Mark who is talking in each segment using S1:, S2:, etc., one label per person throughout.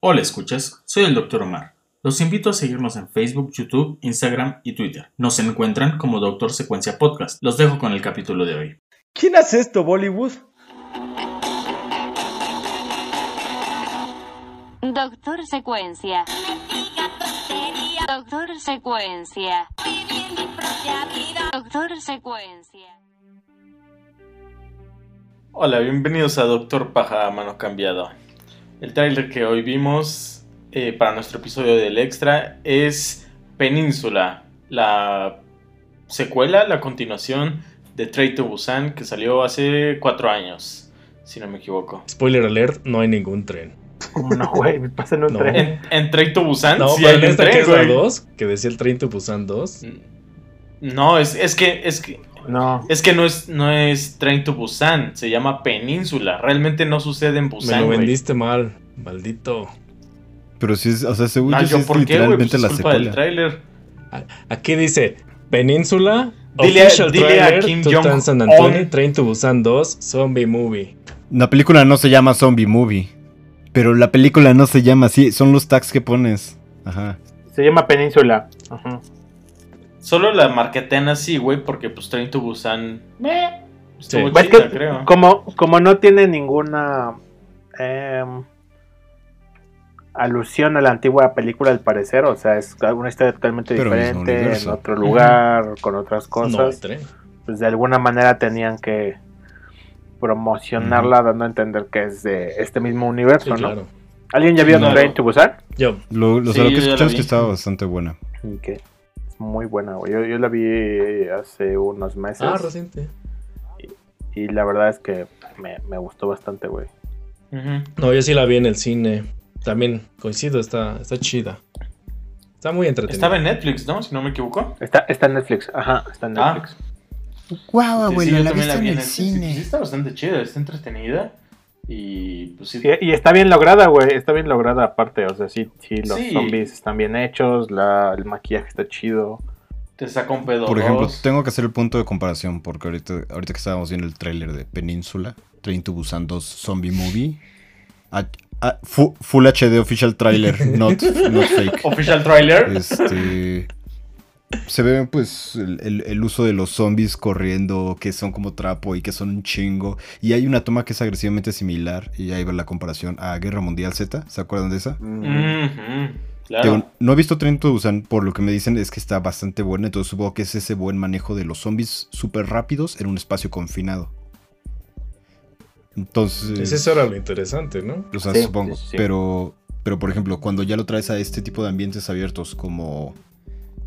S1: Hola escuchas, soy el Dr. Omar. Los invito a seguirnos en Facebook, YouTube, Instagram y Twitter. Nos encuentran como Doctor Secuencia Podcast. Los dejo con el capítulo de hoy.
S2: ¿Quién hace esto, Bollywood?
S3: Doctor Secuencia. Doctor Secuencia. Doctor Secuencia.
S4: Hola, bienvenidos a Doctor Paja a Mano Cambiado. El tráiler que hoy vimos eh, para nuestro episodio del extra es Península, la secuela, la continuación de Train to Busan que salió hace cuatro años, si no me equivoco.
S5: Spoiler alert, no hay ningún tren.
S6: Como no, güey, pasa en un
S5: No.
S6: tren.
S4: En, en Train to Busan
S5: No,
S4: sí
S5: pero
S4: hay
S5: en
S4: un
S5: esta que
S4: tren,
S5: es la
S4: güey.
S5: 2, que decía el tren to Busan 2.
S4: No, es, es que es que
S6: No,
S4: es que no es no es Train to Busan, se llama Península. Realmente no sucede en
S5: Me
S4: Busan,
S5: lo
S4: güey.
S5: vendiste mal, maldito.
S7: Pero si es, o sea, según
S4: Ah,
S7: yo, sí
S4: yo
S7: es
S4: por qué, güey, pues
S7: literalmente
S4: es
S7: la
S4: culpa del
S7: secuela.
S4: tráiler.
S5: Aquí dice Península.
S4: Dile a-
S5: official
S4: dile a
S5: trailer
S4: Kim
S5: 2020,
S4: Jong-un.
S5: Train to Busan 2, Zombie Movie.
S7: La película no se llama Zombie Movie. Pero la película no se llama así, son los tags que pones. Ajá.
S6: se llama Península. Ajá.
S4: Solo la marquetean así, güey, porque pues Train to Busan meh, estuvo
S5: Sí.
S6: Ves
S4: chida,
S6: que
S4: creo.
S6: Como, como no tiene ninguna em, alusión a la antigua película, al parecer, o sea, es una historia totalmente
S7: Pero mismo
S6: diferente, en
S7: universo.
S6: otro lugar, con otras
S5: No, este- hay
S6: cosas,
S5: tren.
S6: pues de alguna manera tenían que promocionarla dando a entender que es de este mismo universo,
S5: Sí,
S6: ¿no?
S5: claro.
S6: ¿Alguien ya vio
S4: Claro.
S6: Train to Busan?
S5: Yo,
S7: Lo, lo- o sea,
S4: Sí,
S7: lo
S4: yo ya
S7: que
S4: la
S7: escuchamos
S4: vi.
S7: que estaba bastante buena.
S6: Ok. Es muy buena, güey. Yo, yo la vi hace unos meses
S5: ah, reciente.
S6: y la verdad es que me, me gustó bastante, güey.
S4: Ujú.
S5: No, yo sí la vi en el cine. También coincido, está, está chida. Está muy entretenida.
S4: Estaba en Netflix, ¿no? Si no me equivoco.
S6: Está, está en Netflix, ajá, está en
S4: Ah.
S6: Netflix.
S7: Guau,
S4: Sí, yo también vi Netflix. Sí, está bastante chida, está entretenida. Y pues sí.
S6: Y, y está bien lograda, güey. Está bien lograda, aparte. O sea, sí, sí los
S4: Sí.
S6: zombies están bien hechos. La, el maquillaje está chido.
S4: Te saca un pedo.
S7: Por ejemplo,
S4: dos.
S7: tengo que hacer el punto de comparación porque ahorita, ahorita que estábamos viendo el tráiler de Península, Train to Busan 2 Zombie Movie, a- a- fu- Full HD Official Trailer, not, not fake.
S4: Official trailer.
S7: Este. Se ve, pues, el, el- el uso de los zombies corriendo, que son como trapo y que son un chingo. Y hay una toma que es agresivamente similar, y ahí va la comparación a Guerra Mundial Z. ¿Se acuerdan de esa?
S4: Ujú,
S7: Digo,
S4: Claro.
S7: no he visto Tren to Busan, por lo que me dicen es que está bastante buena, entonces supongo que es ese buen manejo de los zombies súper rápidos en un espacio confinado. Entonces.
S5: Pues Eso era lo interesante, ¿no?
S7: O sea,
S6: Sí,
S7: supongo.
S6: sí, sí.
S7: Pero, pero, por ejemplo, cuando ya lo traes a este tipo de ambientes abiertos, como.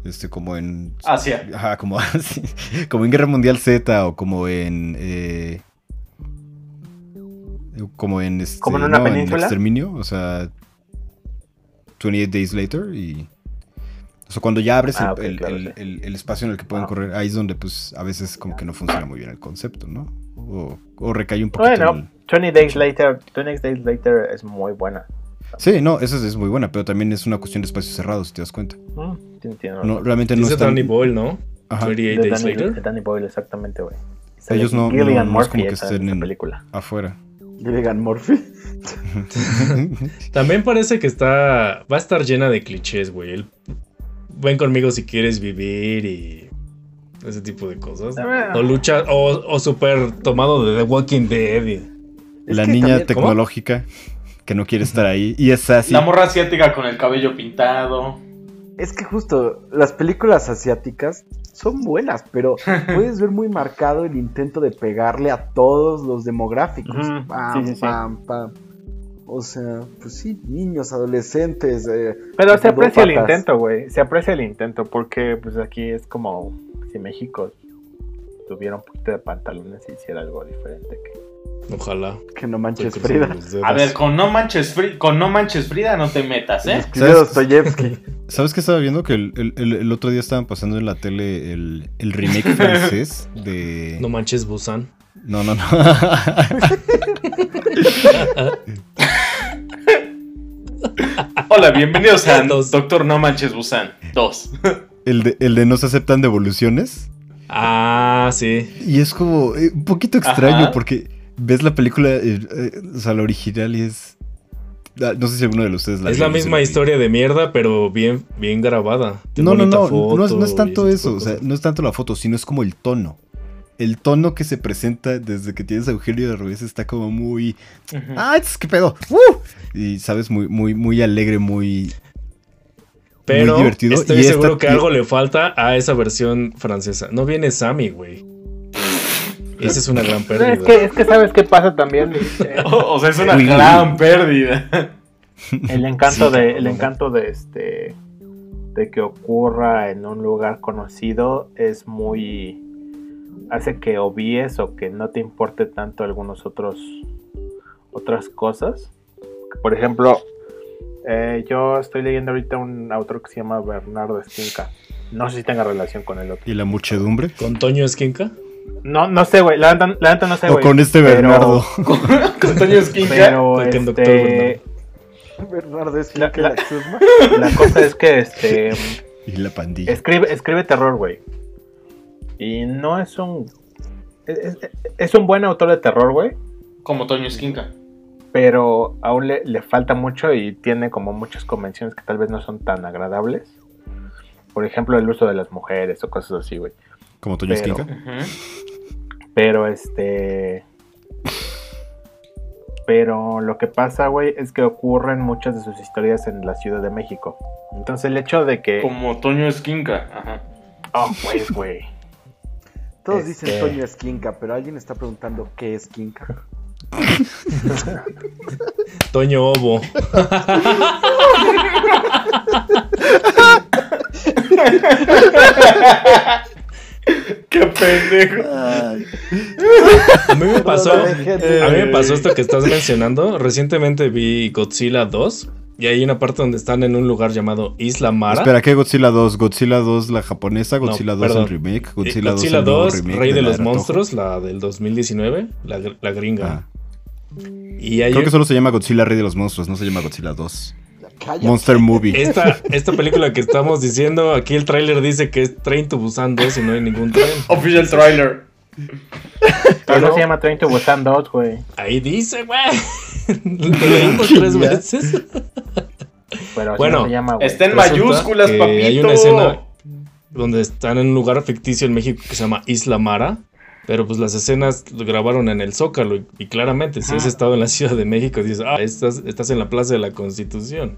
S7: Este, como en.
S6: Ah,
S4: Asia.
S7: Ajá, como así. Como en Guerra Mundial Z o como en. eh, como en este.
S6: ¿Como en una península?
S7: Exterminio. O sea. 28 Days Later y. O sea, cuando ya abres el-
S6: Ah, ok,
S7: el,
S6: claro,
S7: el-
S6: sí. Ah.
S7: el- el espacio en el que pueden correr, ahí es donde pues a veces como que no funciona muy bien el concepto, ¿no? O, o recae un poquito. en
S6: Bueno,
S7: el-
S6: 20 Days Later. 20 Days Later es muy buena.
S7: Sí, no, esa es, es muy buena, pero también es una cuestión de espacios cerrados, si te das cuenta.
S6: Mm, tiene- tiene
S7: No, realmente no
S5: Dice
S7: están...
S5: Danny Boyle, ¿no?
S7: Ajá.
S5: 28
S6: de
S5: Days
S6: Danny,
S5: Later.
S6: de Danny Boyle, exactamente, güey. Sale
S7: Ellos no-
S6: Cillian
S7: no- no es
S6: Murphy
S7: como que
S6: está
S7: estén
S6: en esa
S7: en-
S6: película.
S4: Ah,
S7: afuera.
S2: Gilligan Murphy.
S5: También parece que está. Va a estar llena de clichés, güey. El, Ven conmigo si quieres vivir y. Ese tipo de cosas. O lucha. O, o super tomado de The Walking Dead. y-
S7: La
S2: que
S7: niña
S2: también-
S5: ¿cómo?
S7: tecnológica que no quiere estar ahí. Y es así.
S4: La morra asiática con el cabello pintado.
S2: Es que justo las películas asiáticas son buenas, pero puedes ver muy marcado el intento de pegarle a todos los demográficos.
S6: Ujú,
S2: Pam,
S6: sí, sí, sí.
S2: pam, pam. O sea, pues sí, niños, adolescentes. eh,
S6: Pero se
S2: Esas dos
S6: aprecia el
S2: patas.
S6: intento, güey. Se aprecia el intento porque pues aquí es como si México tuviera un poquito de pantalones y hiciera algo diferente. que-
S5: Ojalá.
S2: que no
S5: Estoy
S2: manches
S5: cruzando
S2: Frida.
S5: los dedos.
S4: A ver, con no manches Frida, con no manches Frida no te metas, ¿eh?
S2: Escribió
S7: ¿Sabes?
S2: Dostoyevsky.
S7: ¿Sabes qué estaba viendo? Que el, el- el- el otro día estaban pasando en la tele el, el remake francés de.
S5: No manches, Busan.
S7: No, no, no.
S4: Hola, bienvenidos a
S5: Dos.
S4: Doctor No Manches Busan 2.
S7: el, de, el de No se aceptan devoluciones.
S5: Ah, sí.
S7: Y es como eh, un poquito extraño
S4: Ajá.
S7: porque ves la película, eh, eh, o sea, la original y es. Ah, No sé si alguno de ustedes
S5: Es la
S7: vio, no sé
S5: misma
S7: si-
S5: historia de mierda, pero bien, bien grabada. Qué
S7: No, no,
S5: bonita
S7: no, no es,
S5: foto
S7: no es tanto
S5: y ese
S7: eso,
S5: tipo
S7: o
S5: de
S7: sea,
S5: cosas.
S7: no es tanto la foto, sino es como el tono. El tono que se presenta desde que tienes a Eugenio de Ruiz está como muy...
S4: Ujú.
S7: ¡Ah, es qué pedo! ¡Uh! Y, ¿sabes? Muy, muy, muy alegre, muy...
S5: pero
S7: divertido,
S5: estoy
S7: y esta-
S5: seguro que
S7: y-
S5: algo le falta a esa versión francesa. No viene Sammy, güey. Esa es una gran pérdida.
S6: Es que, es que sabes qué pasa también. eh,
S4: O, o sea, es una
S7: Uy.
S4: gran pérdida.
S6: El encanto
S7: Sí,
S6: de,
S7: cabrón,
S6: el
S7: ¿no?
S6: encanto de este de que ocurra en un lugar conocido es muy hace que obvies o que no te importe tanto algunos otros otras cosas. Por ejemplo, eh, yo estoy leyendo ahorita un autor que se llama Bernardo Esquinca. No sé si tenga relación con el otro.
S7: Y la muchedumbre.
S5: ¿Con Toño Esquinca?
S6: No, no sé, güey. La neta la neta no sé,
S7: o
S6: güey.
S7: con este
S6: pero-
S7: Bernardo.
S4: Con Toño Esquinca.
S6: Pero
S5: Con el doctor
S6: este,
S2: Bernardo es
S6: La-
S2: que
S6: la-
S2: la chusma.
S6: la cosa es que este
S7: Y la pandilla.
S6: Escribe, escribe terror, güey. Y no es un. Es, es- es un buen autor de terror, güey.
S4: Como Toño Esquinca.
S6: Pero aún le, le falta mucho y tiene como muchas convenciones que tal vez no son tan agradables. Por ejemplo, el uso de las mujeres o cosas así, güey.
S7: Como Toño
S6: pero-
S7: Esquinca.
S4: Ujú.
S6: Pero este. Pero lo que pasa, güey, es que ocurren muchas de sus historias en la Ciudad de México. Entonces el hecho de que.
S4: Eh, Como Toño Esquinca. Ajá.
S6: Oh, pues, güey.
S2: Todos dicen
S6: Este-
S2: Toño es quinca, pero alguien está preguntando qué es quinca.
S5: Toño Obo.
S4: Qué pendejo.
S5: A mí me pasó.
S2: Perdóname, gente.
S5: A mí me pasó esto que estás mencionando. Recientemente vi Godzilla 2 y hay una parte donde están en un lugar llamado Isla Mara. Eh,
S7: Espera, ¿qué Godzilla 2? Godzilla 2 la japonesa, Godzilla 2
S5: perdón.
S7: el remake,
S5: Eh,
S7: Godzilla, 2
S5: Godzilla
S7: el nuevo
S5: 2,
S7: remake
S5: Rey de,
S7: la
S5: los
S7: era Toho.
S5: Monstruos, Eh, la del 2019, la, gr- la gringa.
S7: Ah,
S5: Y hay
S7: creo que solo se llama Godzilla Rey de los Monstruos, no se llama Godzilla 2.
S2: Cállate.
S7: Monster Movie.
S5: esta, esta película que estamos diciendo, aquí el tráiler dice que es Train to Busan 2 y no hay ningún tren.
S4: Official trailer.
S6: Pero no se llama Train to Busan 2, güey.
S5: Ahí dice, güey. Lo leímos tres veces.
S6: Pero así
S5: Bueno,
S6: no se llama, güey.
S4: Está en
S5: Resulta
S4: mayúsculas,
S5: que
S4: papito.
S5: Eh, Hay una escena donde están en un lugar ficticio en México que se llama Isla Mara. Pero pues las escenas lo grabaron en el Zócalo y, y claramente si has estado en la Ciudad de México dices, ah, estás, estás en la Plaza de la Constitución.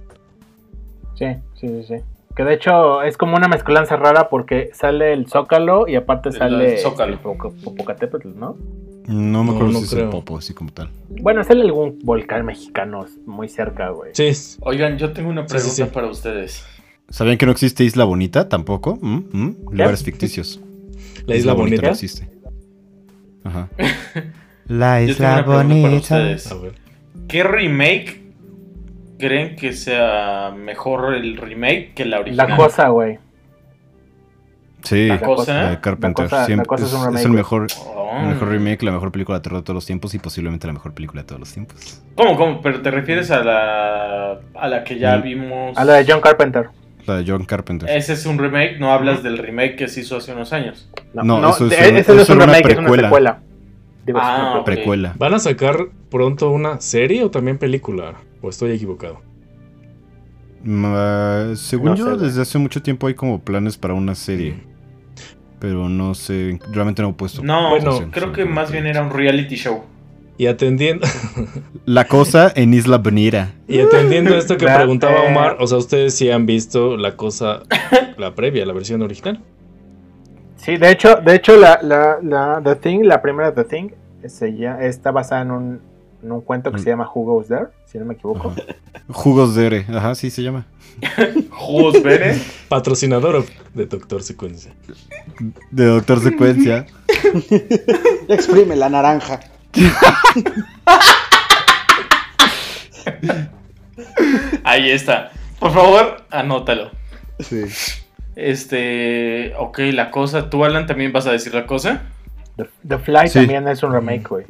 S6: Sí, sí, sí, sí. Que de hecho es como una mezcolanza rara porque sale el Zócalo y aparte
S4: El-
S6: sale
S4: el Zócalo.
S6: el Poco- Popocatépetl, ¿no?
S7: No me
S5: No,
S7: acuerdo
S5: no
S7: si es
S5: creo.
S7: el Popo, así como tal.
S6: Bueno, sale algún volcán mexicano muy cerca, güey.
S5: Sí, es-
S4: Oigan, yo tengo una
S5: Sí, sí,
S4: pregunta
S5: sí.
S4: para ustedes.
S7: ¿Sabían que no existe Isla Bonita tampoco? ¿Mm? ¿Mm? Lugares ficticios.
S5: la Isla Bonita.
S7: no existe. Ajá. La
S4: Yo tengo una pregunta para ustedes.
S5: A ver.
S4: ¿Qué remake creen que sea mejor el remake que la original?
S6: La cosa, güey.
S7: Sí,
S4: La cosa.
S7: la de Carpenter.
S6: La cosa- la
S7: siempre-
S6: cosa es
S7: es,
S6: un
S7: es
S6: remake,
S7: el
S6: güey.
S7: mejor,
S4: Oh.
S7: el mejor remake, la mejor película de terror de todos los tiempos y posiblemente la mejor película de todos los tiempos.
S4: ¿Cómo, cómo? ¿Pero te refieres a la, a la que ya
S7: Mm.
S4: vimos?
S6: A la de John Carpenter.
S7: La de John Carpenter.
S4: Ese es un remake, no
S5: Mm.
S4: hablas del remake que se hizo hace unos años.
S7: No, eso es
S6: de-
S7: una-
S6: ese no es
S7: eso
S6: un
S7: era una
S6: remake, es una
S7: precuela.
S6: secuela. Digo,
S4: Ah,
S6: es una
S4: ok.
S6: precuela.
S7: Precuela.
S5: ¿Van a sacar pronto una serie o también película? ¿O estoy equivocado?
S7: Ma- Mm, ah, según
S6: No
S7: yo,
S6: sé, güey.
S7: desde hace mucho tiempo hay como planes para una serie. Pero no sé, realmente no he puesto.
S4: No,
S5: Bueno,
S7: atención
S4: creo
S7: sobre
S4: que
S7: la
S4: más bien
S7: película.
S4: era un reality show.
S5: Y atendiendo,
S7: La cosa en Isla Bonita.
S5: y atendiendo esto que
S6: Ve-
S5: preguntaba
S6: eh.
S5: Omar, o sea, ustedes sí han visto la cosa, la previa, la versión original.
S6: Sí, de hecho, de hecho la, la, la The Thing, la primera The Thing, se ya- está basada en un, en un cuento que
S7: Mm.
S6: se llama Who Goes There, si no me equivoco.
S7: Ajá. Jugos de Ere, ajá, sí se llama.
S4: Jugos Vélez.
S5: Patrocinador de Doctor Secuencia.
S7: De Doctor Secuencia.
S2: Exprime la naranja.
S4: Ahí está. Por favor, anótalo.
S2: Sí.
S4: Este, ok, la cosa. ¿Tú, Alan, también vas a decir la cosa?
S6: The, The Fly
S7: Sí.
S6: también es un remake, güey.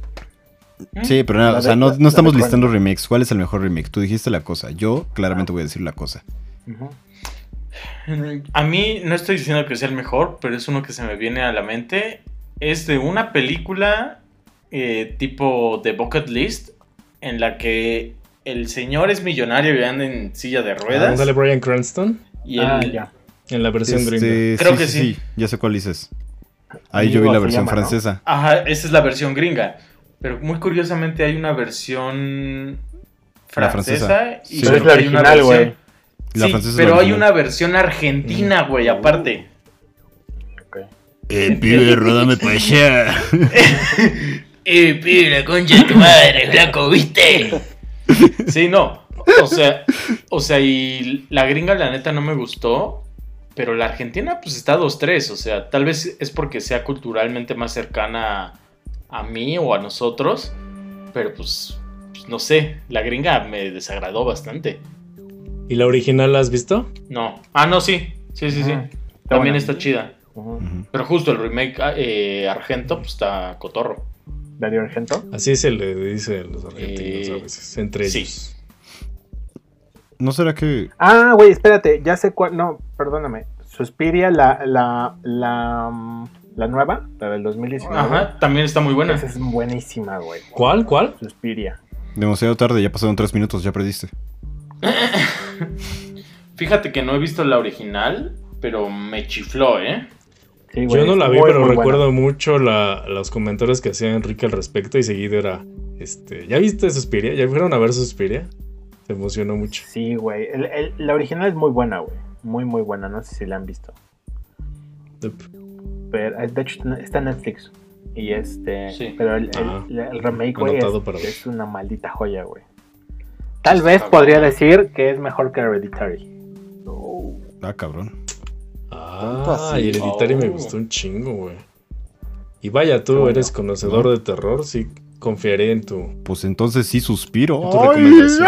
S7: Sí, pero nada,
S6: La
S7: o sea,
S6: de-
S7: no,
S6: la-
S7: no estamos
S6: la de
S7: listando remakes. ¿Cuál es el mejor remake? Tú dijiste la cosa. Yo
S6: Ah.
S7: claramente voy a decir la cosa.
S6: Ujú.
S4: A mí no estoy diciendo que sea el mejor, pero es uno que se me viene a la mente. Es de una película eh, tipo de Bucket List en la que el señor es millonario y anda en silla de
S5: ¿Dónde
S4: ruedas.
S5: sale Brian Cranston?
S4: y
S6: Ah,
S4: el-
S6: ya.
S5: En la versión
S7: Este,
S5: gringa.
S4: Creo
S7: sí,
S4: que
S7: sí,
S4: sí.
S7: sí, ya sé cuál dices. Ahí yo
S6: Amigo,
S7: vi la
S6: se
S7: versión
S6: llama, ¿no?
S7: francesa.
S4: Ajá, esa es la versión gringa. Pero muy curiosamente hay una versión
S7: La
S4: francesa,
S7: francesa.
S4: y
S7: Sí.
S6: Pero
S4: creo
S6: es la
S4: que hay una
S6: original,
S4: versión-
S6: güey.
S7: La
S4: sí,
S7: francesa es la
S4: pero hay
S7: original.
S4: una versión argentina, güey, aparte.
S7: El pibe, rodame para allá.
S4: Eh, pibe, la concha de tu madre, blanco, ¿viste? Sí, no. O sea, o sea, y la gringa, la neta, no me gustó. Pero la argentina, pues está 2-3. O sea, tal vez es porque sea culturalmente más cercana a mí o a nosotros. Pero pues, pues, no sé. La gringa me desagradó bastante.
S5: ¿Y la original la has visto?
S4: No. Ah, no, sí. Sí, sí, sí.
S6: Ajá.
S4: También
S6: buena.
S4: está chida.
S6: Ujú.
S7: Ujú.
S4: Pero justo el remake ah, eh, argento, pues está cotorro.
S6: Darío Argento.
S5: Así se le dice a los argentinos
S4: Eh,
S5: a veces, entre
S4: sí.
S5: ellos.
S7: ¿No será que
S6: Ah, güey, espérate, ya sé cuál. No, perdóname. Suspiria, la, la, la, mm, la nueva, la del 2019.
S4: Ajá, también está muy buena.
S6: Esa es buenísima, güey.
S5: ¿Cuál? ¿Cuál?
S6: Suspiria.
S7: demasiado tarde? Ya pasaron tres minutos, ya perdiste.
S4: Fíjate que no he visto la original, pero me chifló, ¿eh?
S6: Sí, güey,
S5: Yo no
S6: es
S5: la vi,
S6: muy,
S5: pero
S6: muy buena.
S5: recuerdo mucho la- los comentarios que hacía Enrique al respecto y seguido era, este, ¿ya viste Suspiria? ¿Ya fueron a ver Suspiria? Se emocionó mucho.
S6: Sí, güey. El- el- la original es muy buena, güey. Muy, muy buena. No sé si la han visto.
S5: Yup.
S6: Pero, eh, de hecho, está- está en Netflix. Y este.
S4: Sí.
S6: Pero el, el-
S5: Ah.
S6: el remake, güey, es,
S5: Anotado para ver.
S6: es una maldita joya, güey. Tal vez
S4: cabrón.
S6: podría decir que es mejor que Hereditary.
S7: Ah, cabrón.
S5: Ah,
S2: así?
S5: y Hereditary me
S4: Oh.
S5: gustó un chingo, güey. Y vaya, tú
S6: bueno.
S5: eres conocedor de terror, sí confiaré en tu, en
S7: Pues entonces sí suspiro.
S5: tu
S7: Ay,
S5: recomendación.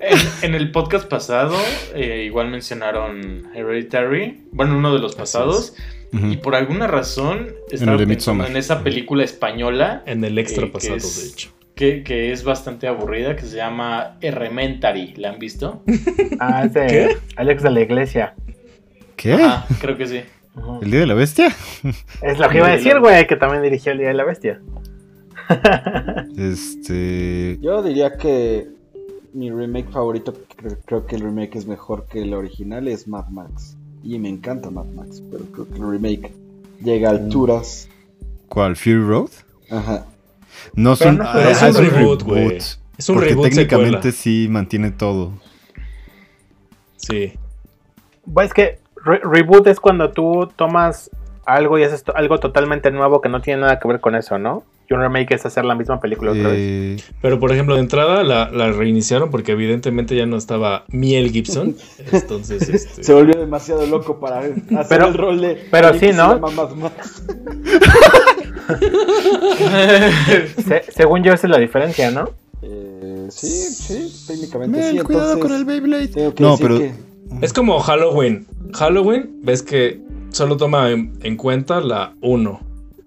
S4: En, en el podcast pasado, eh, igual mencionaron Hereditary, bueno, uno de los pasados,
S7: Ujú.
S4: y por alguna razón estaba
S7: el
S4: pensando
S7: de Midsommar.
S4: en esa película española
S5: En el extra
S4: Eh, que
S5: pasado,
S4: es-
S5: de hecho.
S4: que, que es bastante aburrida, que se llama Errementary, ¿la han visto?
S6: Ah, es de
S5: ¿Qué?
S6: Alex de la Iglesia.
S7: ¿Qué?
S4: Ah, creo que sí.
S6: Ujú.
S7: ¿El día de la bestia?
S6: Es lo que iba a decir, güey, que también dirigió El Día de la Bestia.
S7: Este.
S2: Yo diría que mi remake favorito, cre- creo que el remake es mejor que el original, es Mad Max. Y me encanta Mad Max, pero creo que el remake llega a alturas.
S7: ¿Cuál? ¿Fury Road?
S2: Ajá.
S7: No
S6: Pero
S7: son.
S6: no,
S7: ah,
S5: pero es
S7: ah,
S5: un reboot, güey. Es un
S7: Porque
S5: reboot
S7: técnicamente
S5: secuela.
S7: sí mantiene todo.
S5: Sí.
S6: Pues es que re- reboot es cuando tú tomas algo y haces to- algo totalmente nuevo que no tiene nada que ver con eso, ¿no? Y un remake es hacer la misma película otra vez.
S7: Eh,
S5: Pero por ejemplo, de entrada la, la reiniciaron porque evidentemente ya no estaba Miel Gibson. Entonces, este,
S2: Se volvió demasiado loco para hacer
S6: Pero-
S2: el rol de.
S6: pero
S2: alguien
S6: sí,
S2: que se
S6: ¿no?
S2: llama Mad Max.
S6: Se- según yo, esa es la diferencia, ¿no?
S2: Eh, sí, sí, técnicamente
S7: Mel,
S2: sí.
S7: cuidado
S2: entonces,
S7: con el Beyblade.
S2: Tengo que
S7: No,
S2: decir
S7: pero.
S2: que.
S5: Es como Halloween. Halloween, ves que solo toma en, en cuenta la 1.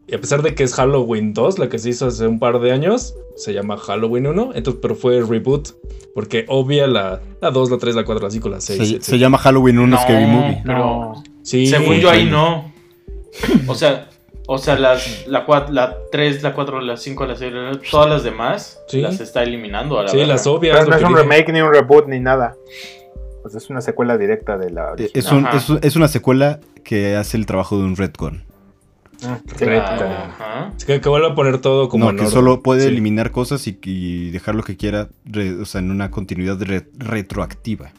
S5: Y a pesar de que es Halloween 2, la que se hizo hace un par de años, se llama Halloween 1, entonces, pero fue reboot. Porque obvia la, la 2, la 3, la 4, la 5, la 6.
S7: Se, se llama Halloween 1 Scary Movie.
S4: pero
S5: Sí,
S4: Según yo
S5: sí.
S4: ahí no. O sea, o sea, las la 4, la 3, la 4, la 5, la 6, todas las demás
S5: Sí.
S4: las está eliminando a la
S5: Sí,
S4: verga. Ah,
S5: las obvias.
S6: Pero no
S5: lo
S6: es
S5: que
S6: un
S5: dije.
S6: remake, ni un reboot, ni nada. Pues es una secuela directa de la
S7: Eh,
S6: original.
S7: Es, un-
S4: Ajá.
S7: es un- es una secuela que hace el trabajo de un Redcon.
S6: Ah, sí.
S5: Correcto.
S4: Ajá.
S5: Es que, que vuelve a poner todo como
S7: No,
S5: en
S7: que
S5: orden.
S7: solo puede
S5: Sí.
S7: eliminar cosas y, y dejar lo que quiera, re- o sea, en una continuidad re- retroactiva.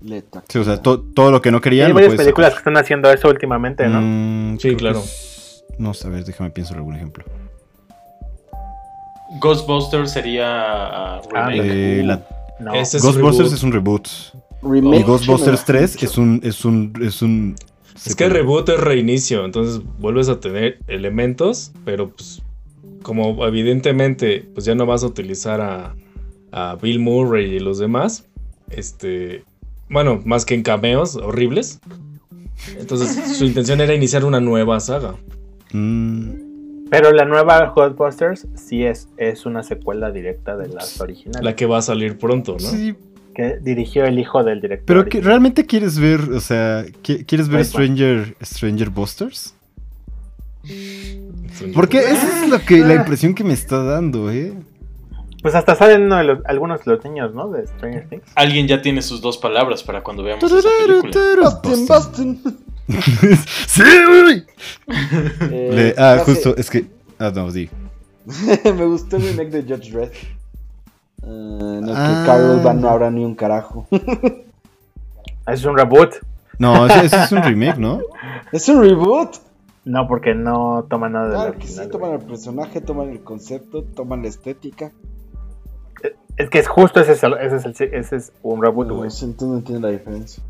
S2: Leta.
S7: Sí, o sea, to- todo lo que no
S6: Y
S7: querían
S6: hay
S7: lo
S6: varias
S7: puedes
S6: películas que están haciendo eso últimamente, ¿no?
S7: Pues, Mm,
S5: Sí,
S7: creo que
S5: claro.
S7: es- No, a ver, déjame pienso en algún ejemplo.
S4: Ghostbusters sería ah, remake.
S7: Eh,
S6: Uh,
S7: la-
S6: No.
S5: Ese es
S7: Ghostbusters
S5: reboot.
S7: es un reboot.
S2: Remake,
S7: Y Ghostbusters
S2: chino.
S7: 3 es un, es un, es un.
S5: Es que el reboot es reinicio, entonces vuelves a tener elementos, pero pues como evidentemente pues ya no vas a utilizar a, a Bill Murray y los demás, este, bueno, más que en cameos horribles. Entonces su intención era iniciar una nueva saga.
S7: Mm,
S6: Pero la nueva Ghostbusters sí es, es una secuela directa de las originales.
S5: La que va a salir pronto, ¿no?
S7: Sí,
S6: que dirigió el hijo del director.
S7: pero que,
S6: original.
S7: ¿realmente quieres ver, o sea, qui- quieres ver
S6: Ahí está.
S7: Stranger, Stranger Busters?
S5: Stranger
S7: Porque
S5: Things.
S7: esa es lo que, la impresión que me está dando, ¿eh?
S6: Pues hasta salen uno de los- algunos de los niños, ¿no? De Stranger Things.
S4: Alguien ya tiene sus dos palabras para cuando veamos esa película.
S2: Bustin, Bustin.
S7: sí, güey.
S2: Eh,
S7: Le- ah,
S2: frase-
S7: justo, es que. Ah, no, di.
S2: me gustó el remake de Judge Dredd. Eh, no,
S7: Ah.
S2: que Carol Van no habrá ni un carajo.
S6: Es un reboot.
S7: No, ese, ese es un remake, ¿no?
S2: ¡Es un reboot!
S6: No, porque no toma nada de
S2: Claro Ah, que sí, toman el personaje, toman el concepto, toman la estética.
S6: Es que es justo ese es, el- ese es, el- ese es un reboot,
S2: No,
S6: güey.
S2: siento, no entiendo la diferencia.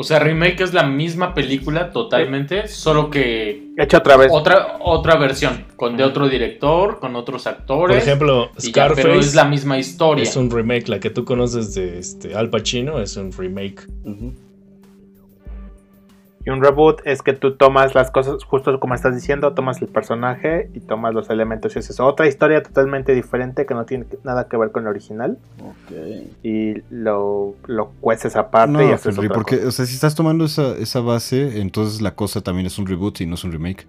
S4: O sea, remake es la misma película totalmente, solo que
S6: Hecho otra vez.
S4: otra, otra versión, con de otro director, con otros
S5: Por
S4: actores.
S5: ejemplo,
S4: y ya,
S5: Scarface
S4: pero
S5: es,
S4: es la misma historia.
S5: un remake. La que tú conoces de este, Al Pacino es un remake.
S2: Ujú.
S6: Y un reboot es que tú tomas las cosas justo como estás diciendo, tomas el personaje y tomas los elementos y es otra historia totalmente diferente que no tiene nada que ver con la original
S2: Ok.
S6: y lo, lo cueces aparte
S7: No,
S6: y haces
S7: Henry,
S6: otra
S7: porque,
S6: cosa.
S7: o sea, si estás tomando esa, esa base, entonces la cosa también es un reboot y no es un remake.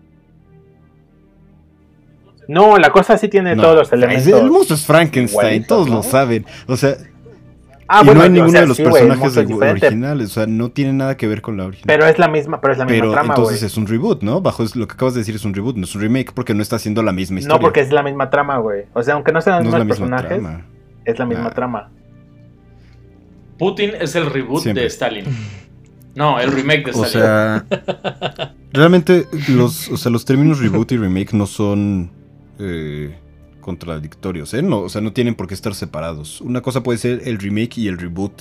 S6: No, la cosa sí tiene
S7: No.
S6: todos los
S7: Es-
S6: elementos.
S7: El monstruo es Frankenstein,
S6: Igualitos,
S7: todos
S6: ¿no?
S7: lo saben. O sea,
S6: Ah,
S7: y
S6: bueno,
S7: no hay
S6: o
S7: ninguno
S6: sea,
S7: de los
S6: sí, güey, el
S7: personajes
S6: monstruo es
S7: del
S6: diferente,
S7: original, o sea, no tiene nada que ver con la original.
S6: Pero es la misma, pero es la misma
S7: Pero
S6: trama,
S7: entonces
S6: güey.
S7: es un reboot, ¿no? Bajo es- lo que acabas de decir es un reboot, no es un remake porque no está haciendo la misma historia.
S6: No, porque es la misma trama, güey. O sea, aunque no sean
S7: no
S6: los
S7: es la
S6: mismos
S7: misma
S6: personajes,
S7: trama. Ah.
S6: es la misma
S7: Nah.
S6: trama.
S4: Putin es el reboot
S7: Siempre.
S4: de
S1: este
S4: Stalin. No, el remake de
S7: O
S4: Stalin.
S7: sea, realmente los, o sea, los términos reboot y remake no son eh, contradictorios, ¿eh? No, o sea, no tienen por qué estar separados. Una cosa puede ser el remake y el reboot.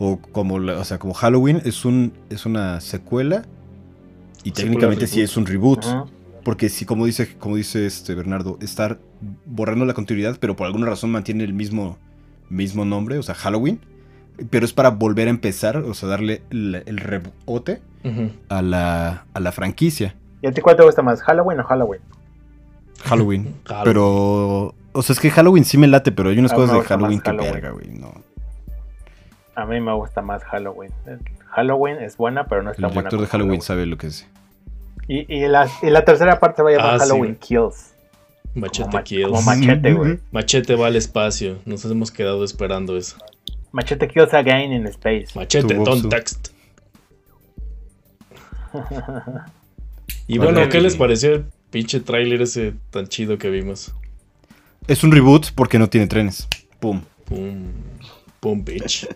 S7: O como, la- o sea, como Halloween es, un, es una secuela y
S5: Secuela,
S7: técnicamente sí
S5: reboot.
S7: es un reboot.
S6: Ujú.
S7: Porque sí, como dice, como dice este Bernardo, estar borrando la continuidad, pero por alguna razón mantiene el mismo, mismo nombre, o sea, Halloween. Pero es para volver a empezar, o sea, darle el, el rebote
S5: Ujú.
S7: a la, a la franquicia.
S6: ¿Y a ti cuál te gusta más, Halloween o Halloween?
S7: Halloween.
S5: Jalo.
S7: Pero. O sea, es que Halloween sí me late, pero hay unas
S6: Ah,
S7: cosas
S6: me
S7: de
S6: gusta más
S7: Halloween que
S6: Halloween.
S7: verga, güey. No.
S6: A mí me gusta más Halloween. Halloween es buena, pero no es
S7: El
S6: tan buena.
S7: director de
S6: como
S7: Halloween sabe lo que es.
S6: Y, y la, y la tercera parte va a llamar
S5: Ah, sí,
S6: Halloween Kills.
S5: Machete
S6: como, ma-
S5: Kills.
S6: como machete, güey.
S5: Machete va al espacio. Nos hemos quedado esperando eso.
S6: Machete Kills again in space.
S5: Machete,
S7: Tu boxo.
S5: don't text. y
S7: Vale,
S5: bueno, ¿qué
S4: sí.
S5: les pareció el pinche tráiler ese tan chido que vimos?
S7: Es un reboot porque no tiene trenes. Pum.
S5: Pum. Pum, bitch.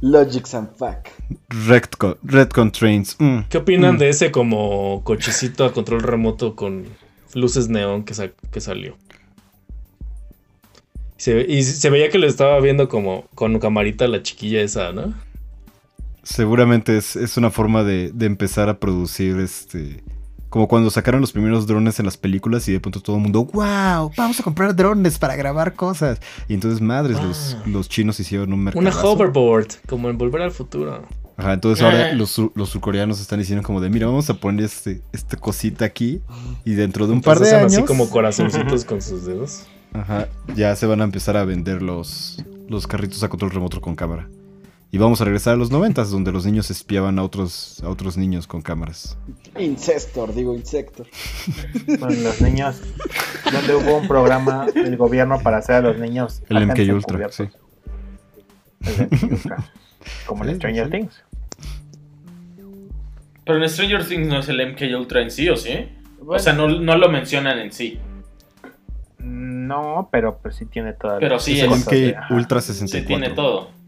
S2: Logics and Fact.
S7: Redcon, Redcon Trains. mm.
S5: ¿Qué opinan de ese como cochecito a control remoto con luces neón que, sa- que salió? Se- y se veía que lo estaba viendo como con camarita la chiquilla esa, ¿no?
S7: Seguramente es, es una forma de, de empezar a producir este. Como cuando sacaron los primeros drones en las películas y de pronto todo el mundo, wow, vamos a comprar drones para grabar cosas. Y entonces, madres, los,
S5: Ah.
S7: los chinos hicieron un mercado.
S5: Una hoverboard, como en Volver al Futuro.
S7: Ajá, entonces
S5: Eh.
S7: ahora los, sur- los surcoreanos están diciendo como de, mira, vamos a poner este, esta cosita aquí y dentro de un par de
S5: Entonces hacen
S7: años
S5: así como corazoncitos con sus dedos.
S7: ajá, ya se van a empezar a vender los, los carritos a control remoto con cámara. Y vamos a regresar a los noventas, donde los niños espiaban a otros, a otros niños con cámaras.
S2: Incestor, digo Insector.
S6: Con los niños. Donde hubo un programa del gobierno para hacer a los niños.
S7: El
S6: agentes
S7: MK Ultra, sí.
S6: encubiertos. El MK Ultra. Como
S7: Sí,
S6: en Stranger
S7: sí.
S6: Things.
S4: Pero en Stranger Things no es el MK Ultra en sí, ¿o sí? O
S2: Bueno.
S4: sea, no, no lo mencionan en sí.
S6: No, pero, pues sí tiene toda
S4: Pero sí,
S6: esas
S4: el
S6: cosas de-
S7: MK
S6: ajá.
S7: Ultra
S4: Sí
S7: 64.
S4: tiene todo.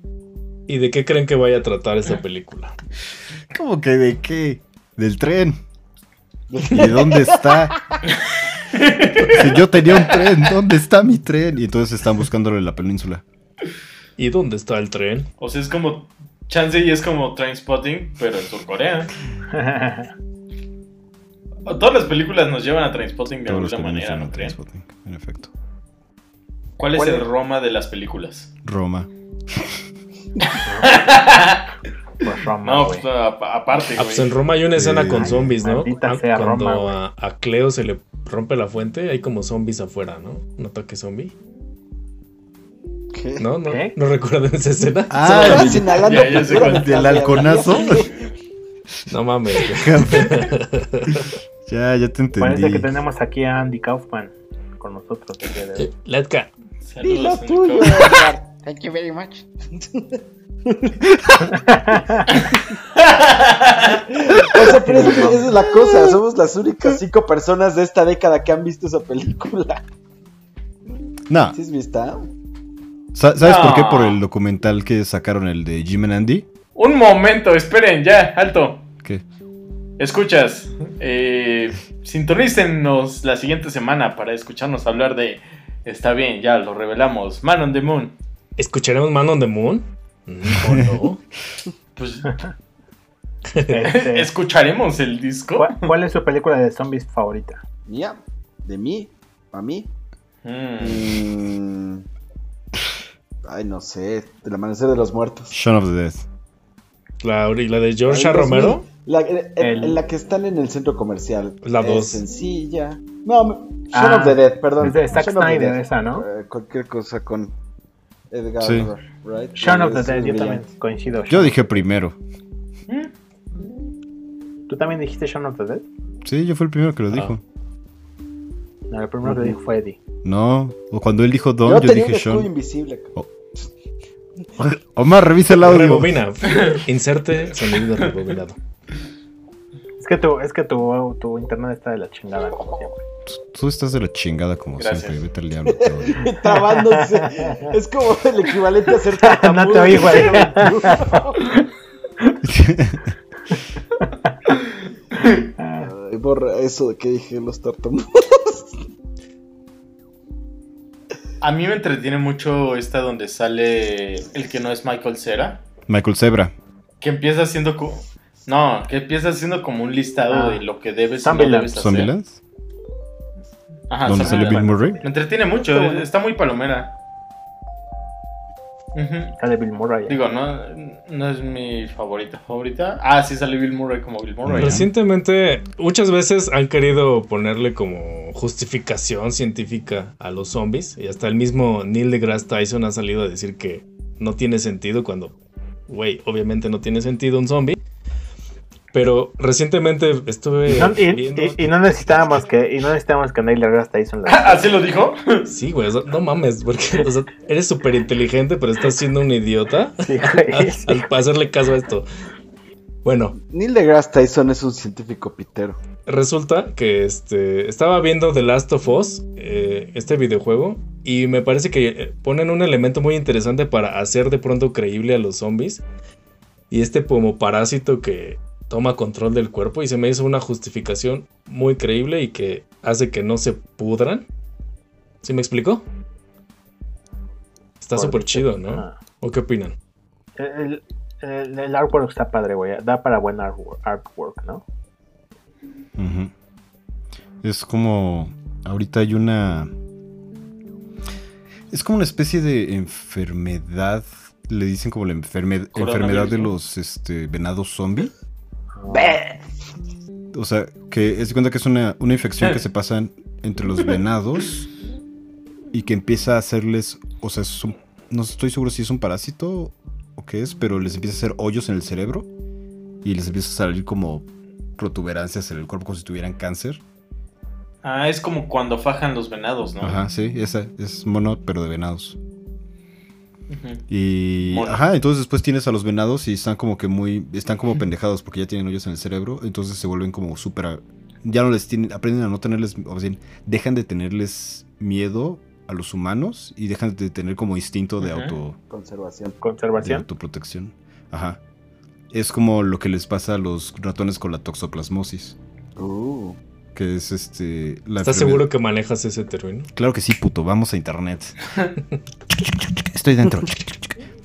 S5: ¿Y de qué creen que vaya a tratar esta película?
S7: ¿Cómo que de qué? Del tren. ¿Y de dónde está? si yo tenía un tren, ¿dónde está mi tren? Y entonces están buscándolo en la península.
S5: ¿Y dónde está el tren?
S4: O sea, es como. Chance y es como Trainspotting, pero en Surcorea. Todas las películas nos llevan a Trainspotting de
S7: Todos los
S4: alguna manera,
S7: caminos llevan a
S4: ¿no creen?
S7: Trainspotting, En efecto.
S4: ¿Cuál es
S6: ¿Cuál
S4: el
S6: es?
S4: Roma de las películas?
S7: Roma.
S6: Pues Roma,
S4: No,
S6: güey.
S4: pues, a- a- aparte,
S5: Ah, pues en
S4: güey.
S5: Roma hay una escena
S7: Sí.
S5: con
S7: Ay,
S5: zombies, ¿no?
S6: maldita
S5: Ah,
S6: sea
S5: Cuando
S6: Roma, güey.
S5: a, a Cleo se le rompe la fuente, hay como zombies afuera, ¿no? Un ataque zombie.
S2: ¿Qué?
S5: ¿No? ¿No,
S6: ¿Qué?
S5: ¿No recuerdan esa escena?
S7: Ah,
S2: Estaba señalando
S4: ya, ya sé
S2: pura
S4: cuál.
S2: metáfora,
S7: ¿Del halconazo?
S2: ¿verdad?
S5: No mames. güey.
S7: ya, ya te entendí.
S6: Parece este que tenemos aquí a Andy Kaufman con nosotros el día de hoy.
S5: Eh, Letka,
S2: Y
S4: Saludos,
S2: lo
S4: Andy
S2: tuyo.
S4: Kaufman.
S8: Thank you very much.
S2: O sea, pero es que esa es la cosa. Somos las únicas cinco personas de esta década que han visto esa película.
S7: No,
S2: ¿Sí has visto?
S7: Sa- ¿Sabes por qué?
S4: No.
S7: Por el documental que sacaron, el de Jim and Andy.
S4: Un momento, esperen, ya, alto.
S7: ¿Qué?
S4: Escuchas, eh, sintonícenos la siguiente semana para escucharnos hablar de. Está bien, ya lo revelamos. Man on the Moon.
S5: ¿escucharemos Man on the Moon? Mm, ¿O no?
S4: Pues
S6: Este,
S4: escucharemos el disco.
S6: ¿cuál, cuál es su película de zombies favorita?
S2: Mía, de mí, para mí.
S4: Mm,
S2: Mm. Ay, no sé. El amanecer de los muertos.
S7: Shaun of the Dead.
S5: ¿La, ori- la de George
S2: Ay, Dios
S5: Romero?
S2: mío. La, en- en-
S6: El-
S2: en la que están en el centro comercial.
S5: La
S2: Es
S5: dos.
S2: Sencilla. No, me- Shaun
S6: Ah,
S2: of the Dead, perdón.
S6: Es de Zack
S2: Shaun of the
S6: Snyder,
S2: Dead.
S6: esa, ¿no?
S2: Eh, cualquier cosa con Edgar
S7: Sí.
S2: Wright.
S6: Shaun of the
S2: Es
S6: Dead, yo
S2: brillante.
S6: también coincido.
S7: Pues, Yo dije primero.
S6: ¿Tú también dijiste Shaun of the Dead?
S7: Sí, yo fui el primero que lo
S5: Ah.
S7: dijo.
S6: No, el primero que dijo fue Eddie.
S7: No, o cuando él dijo Don,
S2: Yo,
S7: yo,
S2: tenía
S7: dije
S2: un escudo
S7: Shaun.
S2: invisible. cabrón.
S7: Omar, revisa el audio.
S5: Rebobina. Inserte sonido rebobinado.
S6: Es que tu, es que tu, tu internet está de la chingada, como siempre.
S7: Tú estás de la chingada como
S4: Gracias.
S7: siempre. Vete al diablo. te odio.
S2: Trabándose. es como el equivalente a ser tartamudo.
S6: No te oí, güey.
S2: Ay, Borra eso de que dije los tartamudos.
S4: a mí me entretiene mucho esta donde sale el que no es Michael Cera.
S7: Michael Zebra.
S4: Que empieza haciendo. co- No, que empieza haciendo como un listado
S6: Ah.
S4: de lo que debes y no
S6: Zombieland.
S4: debes hacer.
S7: ¿Zombieland?
S4: Ajá,
S7: ¿Dónde sale Bill
S4: Zombieland.
S7: Murray?
S4: Me entretiene mucho,
S2: Está bueno.
S4: está muy palomera. Ujú.
S6: Sale Bill Murray.
S4: Digo, no, no es mi favorita. ¿Favorita? Ah, sí sale Bill Murray como Bill Murray. ¿no?
S5: Recientemente, muchas veces han querido ponerle como justificación científica a los zombies. Y hasta el mismo Neil deGrasse Tyson ha salido a decir que no tiene sentido cuando, güey, obviamente no tiene sentido un zombie. Pero recientemente estuve.
S6: Y no, y,
S5: viendo-
S6: y- y no necesitábamos que y no necesitábamos que Neil deGrasse Tyson la
S4: ¿Así lo dijo?
S5: Sí, güey, o sea, no mames, porque o sea, eres súper inteligente, pero estás siendo un idiota
S6: sí, güey, sí.
S5: al hacerle caso a esto. Bueno,
S2: Neil deGrasse Tyson es un científico pitero.
S5: Resulta que este, estaba viendo The Last of Us, eh, este videojuego, y me parece que eh, ponen un elemento muy interesante para hacer de pronto creíble a los zombies. Y este como parásito que toma control del cuerpo y se me hizo una justificación muy creíble y que hace que no se pudran. ¿Sí me explicó? Está súper chido, ¿no?
S6: Ah.
S5: ¿O qué opinan?
S6: El, el- el artwork está padre, güey. Da para buen artwork, artwork, ¿no?
S7: Ujú. Es como. Ahorita hay una. Es como una especie de enfermedad. Le dicen como la enferme- enfermedad de los este, venados zombie. O sea, que es de cuenta que es una, una infección que se pasan entre los venados y que empieza a hacerles. O sea, es un- no estoy seguro si es un parásito o qué es, pero les empieza a hacer hoyos en el cerebro y les empieza a salir como protuberancias en el cuerpo como si tuvieran cáncer.
S4: Ah, es como cuando fajan los venados, ¿no?
S7: Ajá, sí, esa es mono, pero de venados.
S4: Ujú.
S7: Y
S4: Mono.
S7: ajá, entonces después tienes a los venados y están como que muy están como pendejados porque ya tienen hoyos en el cerebro, entonces se vuelven como súper ya no les tienen aprenden a no tenerles, o sea, dejan de tenerles miedo a los humanos y dejan de tener como instinto de
S4: Ujú.
S7: auto
S2: Conservación.
S7: de
S6: Conservación.
S7: autoprotección. Ajá. Es como lo que les pasa a los ratones con la toxoplasmosis,
S2: Uh.
S7: que es este la
S5: ¿Estás
S7: enfermedad-
S5: seguro que manejas ese término?
S7: Claro que sí, puto, vamos a internet. Estoy dentro.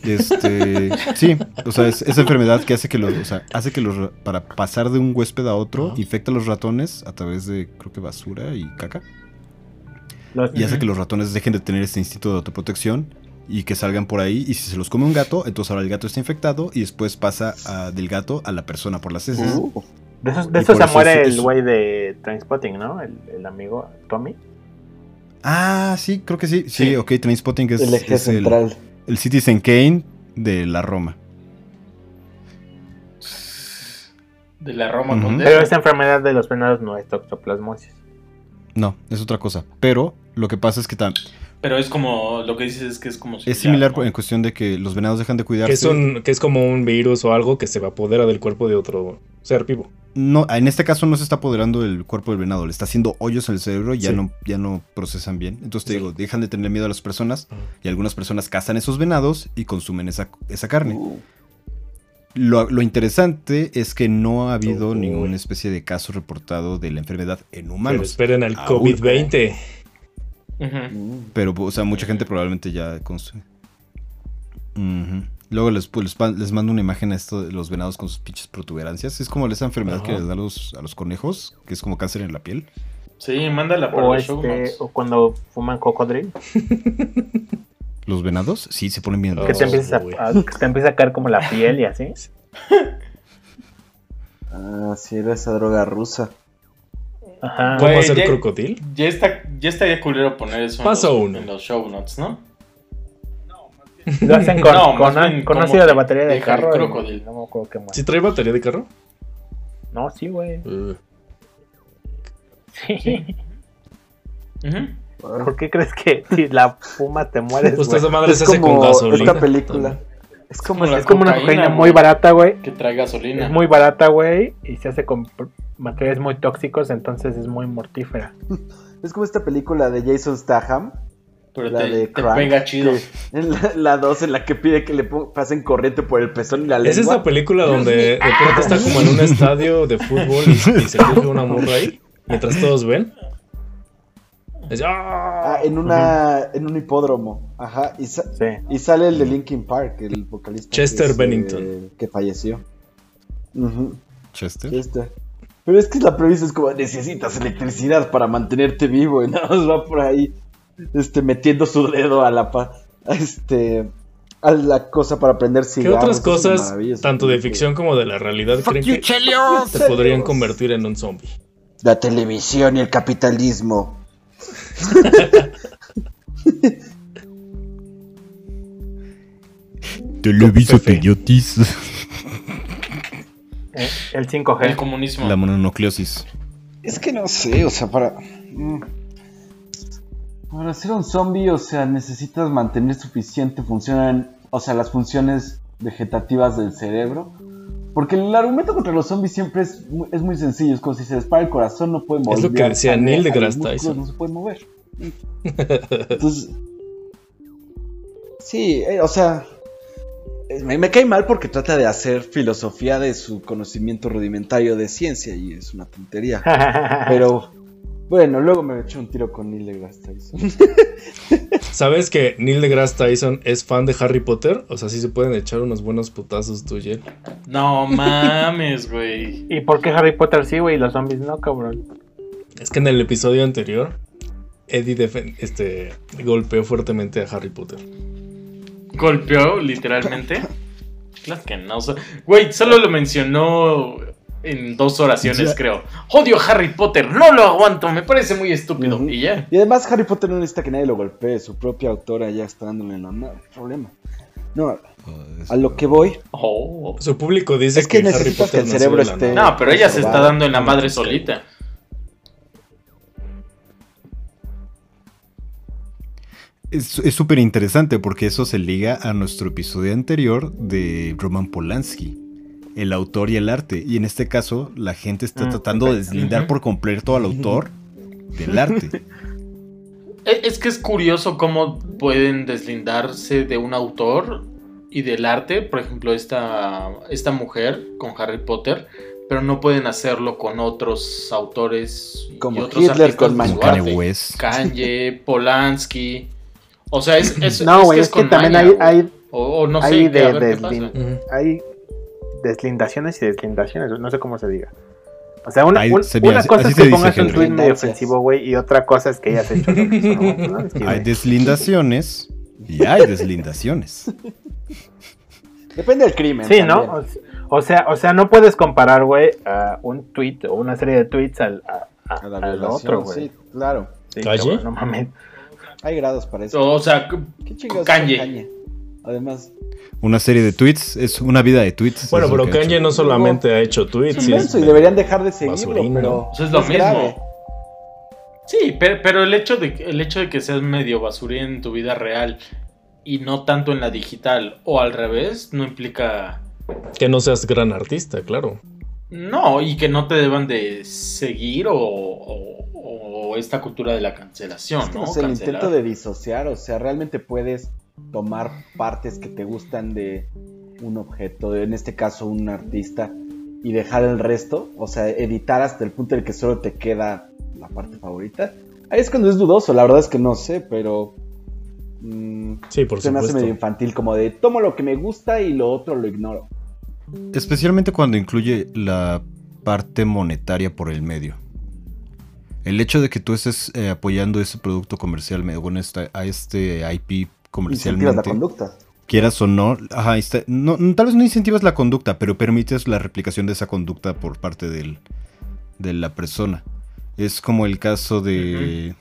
S7: Este, sí, o sea, es esa enfermedad que hace que los, o sea, hace que los ra- para pasar de un huésped a otro,
S5: Ajá.
S7: infecta a los ratones a través de creo que basura y caca
S6: Los-
S7: y hace que los ratones dejen de tener este instinto de autoprotección y que salgan por ahí y si se los come un gato, entonces ahora el gato está infectado y después pasa ah, del gato a la persona por las heces.
S2: Uh.
S6: de esos,
S7: y
S6: de esos
S7: por
S6: se
S7: eso
S6: muere
S7: es-
S6: el
S7: es-
S6: güey de Trainspotting, ¿no? El, el amigo Tommy.
S7: Ah, sí, creo que sí. Sí,
S4: Sí.
S7: ok, Trainspotting es
S2: el eje
S7: es el-
S2: central.
S7: El Citizen Kane de la Roma.
S4: de la Roma
S7: Ujú.
S4: con D.
S6: Pero esta enfermedad de los venados no es toxoplasmosis.
S7: No, es otra cosa. Pero lo que pasa es que tam-
S4: Pero es como, lo que dices es que es como
S7: es similar
S4: ¿no?
S7: en cuestión de que los venados dejan de
S5: Que
S7: cuidarse.
S5: es, un, que es como un virus o algo que se apodera del cuerpo de otro ser vivo.
S7: No, en este caso no se está apoderando del cuerpo del venado, le está haciendo hoyos en el cerebro y ya,
S5: Sí.
S7: no, ya no procesan bien. Entonces te
S5: Sí.
S7: digo, dejan de tener miedo a las personas
S5: Ajá.
S7: y algunas personas cazan esos venados y consumen esa, esa carne. Lo, lo interesante es que no ha habido
S5: Uy.
S7: ninguna especie de caso reportado de la enfermedad en
S5: Pero
S7: humanos.
S5: esperen al
S7: Aún.
S5: COVID-20.
S4: Ujú.
S2: Mm.
S7: Pero, o sea, mucha gente probablemente ya consume. Ujú. Luego les, pues, les pa- les mando una imagen a esto de los venados con sus pinches protuberancias. Es como esa enfermedad que
S5: Ajá.
S7: les da a los, a los conejos, que es como cáncer en la piel.
S4: Sí,
S5: Ah,
S4: mándala para
S6: O,
S4: los
S6: este,
S4: showmans.
S6: o cuando fuman cocodril,
S7: ¿Los venados? Sí, se ponen bien
S5: Oh.
S6: que, te
S7: raros.
S6: empiezas
S5: güey.
S6: a, a- que te empieza a caer como la piel y así.
S2: Ah, sí, era esa droga rusa.
S6: Ajá.
S5: ¿Cómo
S4: Güey,
S5: hacer
S4: ya-
S5: crocodil?
S4: Ya, está, ya estaría culero poner eso en
S5: Paso
S4: los-
S5: uno.
S4: en los show notes, ¿no?
S6: Lo hacen con,
S4: No,
S6: con,
S4: más bien
S6: con
S4: como
S6: ácido de
S4: que
S6: batería de
S4: deja el
S6: carro. y-
S4: crocodil.
S6: No me acuerdo qué más.
S5: ¿Si trae batería de carro?
S6: No, sí, güey.
S2: Eh,
S5: Uh,
S4: Ujú.
S6: ¿Por qué crees que si la fuma te mueres?
S5: Pues
S6: güey?
S5: esa madre se
S2: es
S5: hace con
S2: como
S5: gasolina.
S2: esta película.
S6: Es
S4: como
S6: como,
S4: la
S6: es como una
S4: cocaína,
S6: cocaína muy
S4: güey.
S6: barata, güey.
S4: Que trae gasolina.
S6: Es muy barata, güey. Y se hace con pr- materiales muy tóxicos, entonces es muy mortífera.
S2: Es como esta película de Jason Statham.
S4: pero
S2: la
S4: te,
S2: de
S4: te
S2: Crank,
S4: pega chido.
S2: que- en la- la 2 en la que pide que le pon- pasen corriente por el pezón y la lengua.
S5: ¿Es esa película donde de pronto está como en un estadio de fútbol y, y se coge una morra ahí? Mientras todos ven. Es- ¡Ah!
S2: Ah, en una en un hipódromo. Ajá, y, sa-
S6: Sí.
S2: y sale el de Linkin Park, el vocalista que
S5: Chester
S2: es, eh,
S5: Bennington.
S2: que falleció. Ujú,
S7: Chester.
S2: Chester. Este. Pero es que la premisa es como necesitas electricidad para mantenerte vivo y nada más va por ahí este metiendo su dedo a la pa- a este a la cosa para prender
S5: ¿Qué
S2: cigarros.
S5: otras
S2: es una
S5: cosas,
S2: maravilla,
S5: tanto de
S2: es que-
S5: ficción como de la realidad, creen que te podrían convertir en un zombie?
S2: La televisión y el capitalismo.
S7: Televiso
S5: Pepe.
S6: Eh, El
S4: El
S6: 5G.
S4: comunismo.
S7: La mononucleosis.
S2: Es que no sé, o sea, para. mm. Para ser un zombie, o sea, necesitas mantener suficiente función, o sea, las funciones vegetativas del cerebro. Porque el argumento contra los zombies siempre es, mu- es muy sencillo, es como si se les para el corazón, no pueden mover.
S5: Es lo que decía
S2: sangre,
S5: Neil
S2: a los
S5: deGrasse
S2: músculos
S5: Tyson.
S2: No se pueden mover. Entonces. Sí, eh, o sea. eh, Me, me cae mal porque trata de hacer filosofía de su conocimiento rudimentario de ciencia y es una tontería. Pero bueno, luego me eché un tiro con Neil deGrasse Tyson.
S5: ¿Sabes que Neil deGrasse Tyson es fan de Harry Potter? O sea, sí se pueden echar unos buenos putazos tuyo.
S4: No mames, güey.
S6: ¿Y por qué Harry Potter sí, güey? Y los zombies no, cabrón.
S5: Es que en el episodio anterior, Eddie defen- este, golpeó fuertemente a Harry Potter.
S4: ¿Golpeó literalmente? Claro que no. so- Güey, solo lo mencionó en dos oraciones,
S7: Ya.
S4: creo. Odio a Harry Potter, no lo aguanto, me parece muy estúpido.
S2: Ujú.
S4: Y ya.
S2: Y además Harry Potter no necesita que nadie lo golpee, su propia autora ya está dándole la madre, problema. No, a lo que voy,
S4: Oh.
S5: Su público dice
S2: Es que
S5: Harry
S2: necesitas que
S5: Potter
S2: el
S5: nació de
S2: cerebro
S5: la
S2: esté-
S5: nada.
S4: No, pero ella se está dando en la madre
S5: Es que-
S4: solita.
S7: Es es súper interesante porque eso se liga a nuestro episodio anterior de Roman Polanski, el autor y el arte. Y en este caso, la gente está
S6: Mm,
S7: tratando de deslindar
S4: Ujú.
S7: por completo al autor del arte.
S4: E- Es que es curioso cómo pueden deslindarse de un autor y del arte, por ejemplo, esta, esta mujer con Harry Potter, pero no pueden hacerlo con otros autores y
S2: Como
S4: otros
S2: Hitler con
S4: de su
S2: Mankind.
S7: Como Kanye
S4: arte.
S7: West.
S4: Kanye, Polanski. O sea, es, es-
S6: No, güey, es, que,
S4: con
S6: también
S4: maña,
S6: hay,
S4: güey.
S6: hay,
S4: o, o no sé
S6: hay
S4: qué, a ver
S6: de-
S4: qué
S6: de-
S4: pasa.
S6: de-
S5: Ujú.
S6: hay deslindaciones y deslindaciones, no sé cómo se diga. O sea, una,
S7: Ahí
S6: un-
S7: sería-
S6: una
S7: así-
S6: cosa
S7: así
S6: es
S7: se
S6: que
S7: dice,
S6: pongas un
S7: Henry.
S6: tweet medio ofensivo, güey, y otra cosa es que hayas hecho lo que hizo, ¿no? No, es que,
S7: Hay
S6: güey,
S7: deslindaciones y hay deslindaciones.
S2: depende del crimen.
S6: Sí, ¿no?
S2: también.
S6: O s- O sea, o sea, no puedes comparar, güey, a un tweet o una serie de tweets al, a- a-
S2: A la
S6: al
S2: violación,
S6: otro, güey.
S2: Sí, claro.
S6: Sí,
S7: ¿Ah,
S5: ¿Calle?
S6: cabrón, no mames.
S2: Hay grados para eso.
S4: O sea,
S2: ¿Qué chingados
S4: Kanye.
S2: con Kanye? Además,
S7: Una serie de tweets, es una vida de tweets.
S5: Bueno,
S7: es lo
S5: pero
S7: que ha hecho.
S5: Kanye no solamente ha hecho tweets.
S2: es
S5: sí es-
S2: inmenso y deberían dejar de seguirlo,
S5: basurino.
S2: pero.
S4: Eso Pues es lo mismo.
S2: grave.
S4: Sí, pero, pero el, hecho de, el hecho de que seas medio basurín en tu vida real y no tanto en la digital o al revés, no implica...
S5: Que no seas gran artista, claro.
S4: No, y que no te deban de seguir o, o- o esta cultura de la cancelación,
S2: Es que,
S4: ¿no?
S2: o sea, el
S4: Cancelar.
S2: intento de disociar, o sea, realmente puedes tomar partes que te gustan de un objeto, en este caso un artista, y dejar el resto, o sea, editar hasta el punto en el que solo te queda la parte favorita. Ahí es cuando es dudoso, la verdad es que no sé, pero... mm,
S5: Sí, por
S2: se me hace
S5: supuesto.
S2: medio infantil, como de tomo lo que me gusta y lo otro lo ignoro.
S7: Especialmente cuando incluye la parte monetaria por el medio. El hecho de que tú estés eh, apoyando ese producto comercialmente, bueno, esta- a este IP
S2: Incentivas la
S7: comercialmente,
S2: conducta.
S7: quieras o no, ajá, insta- no, no, tal vez no incentivas la conducta, pero permites la replicación de esa conducta por parte del, de la persona. Es como el caso de...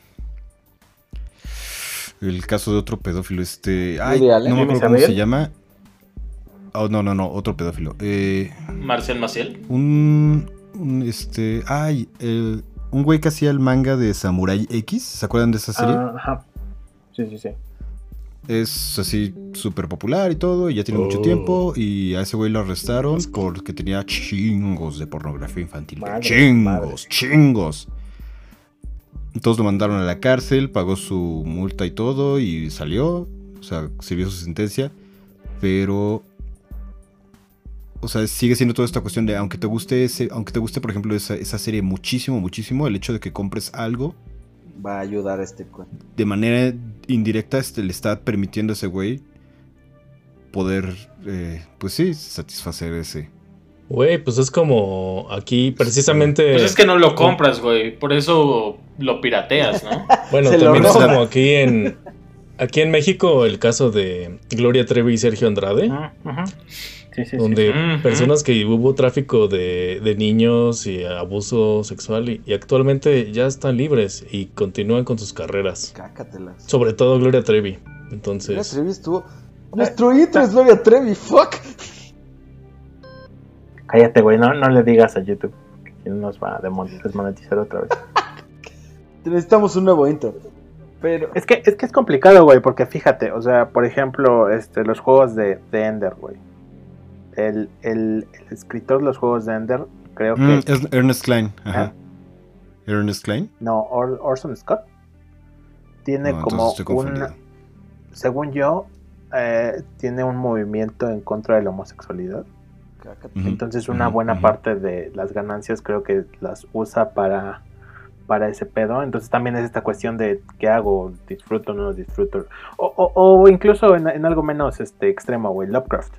S7: El caso de otro pedófilo, este... Ay,
S2: Woody Allen.
S7: no me acuerdo cómo
S6: Isabel.
S7: se llama. Oh, no, no, no, otro pedófilo. Eh...
S4: Marcel Maciel.
S2: Eh,
S7: Un, un, este, ay, el- un güey que hacía el manga de Samurai X, ¿se acuerdan de esa serie?
S6: Ah, ajá. Sí, sí, sí.
S7: Es así súper popular y todo, y ya tiene mucho
S5: Oh.
S7: tiempo, y a ese güey lo arrestaron porque tenía chingos de pornografía infantil. pero
S6: Madre,
S7: chingos,
S6: madre.
S7: chingos. Entonces lo mandaron a la cárcel, pagó su multa y todo, y salió, o sea, sirvió su sentencia, pero o sea, sigue siendo toda esta cuestión de aunque te guste ese, aunque te guste, por ejemplo, esa, esa serie muchísimo, muchísimo, el hecho de que compres algo
S2: Va a ayudar a este cuento.
S7: de manera indirecta este, le está permitiendo a ese güey poder, eh, pues sí, satisfacer ese.
S5: Güey, pues es como aquí precisamente.
S4: Pues es que no
S2: eh.
S4: lo compras, güey. Por eso lo pirateas, ¿no?
S5: Bueno,
S2: Se lo
S5: también es
S7: roban.
S5: como aquí en. Aquí en México, el caso de Gloria Trevi y Sergio Andrade,
S6: Ajá, ajá. Sí, sí, sí.
S5: donde
S4: Ujú.
S5: personas que hubo tráfico de, de niños y abuso sexual y, y actualmente ya están libres y continúan con sus carreras.
S2: Cácatelas.
S5: Sobre todo Gloria Trevi.
S2: Gloria
S5: Entonces, eh,
S2: Trevi estuvo. Nuestro intro es Gloria Trevi, fuck.
S6: Cállate, güey, no, no le digas a YouTube que nos va a demon- desmonetizar otra vez.
S2: Necesitamos un nuevo intro. Pero.
S6: Es que es, que es complicado, güey, porque fíjate, o sea, por ejemplo, este, los juegos de, de Ender, güey. El, el, el escritor de los juegos de Ender, creo que...
S7: Mm, es Ernest Klein,
S9: Ah.
S7: ajá. Ernest Klein.
S6: No, Or- Orson Scott. Tiene
S7: No, entonces
S6: como
S7: estoy
S6: un...
S7: confundido.
S6: Según yo, eh, tiene un movimiento en contra de la homosexualidad.
S2: Cácatelas.
S7: Ujú,
S6: Entonces una
S7: ujú,
S6: buena
S7: ujú.
S6: parte de las ganancias creo que las usa para, para ese pedo. Entonces también es esta cuestión de qué hago, disfruto o no disfruto. O, o- o incluso en, en algo menos este extremo, güey, Lovecraft.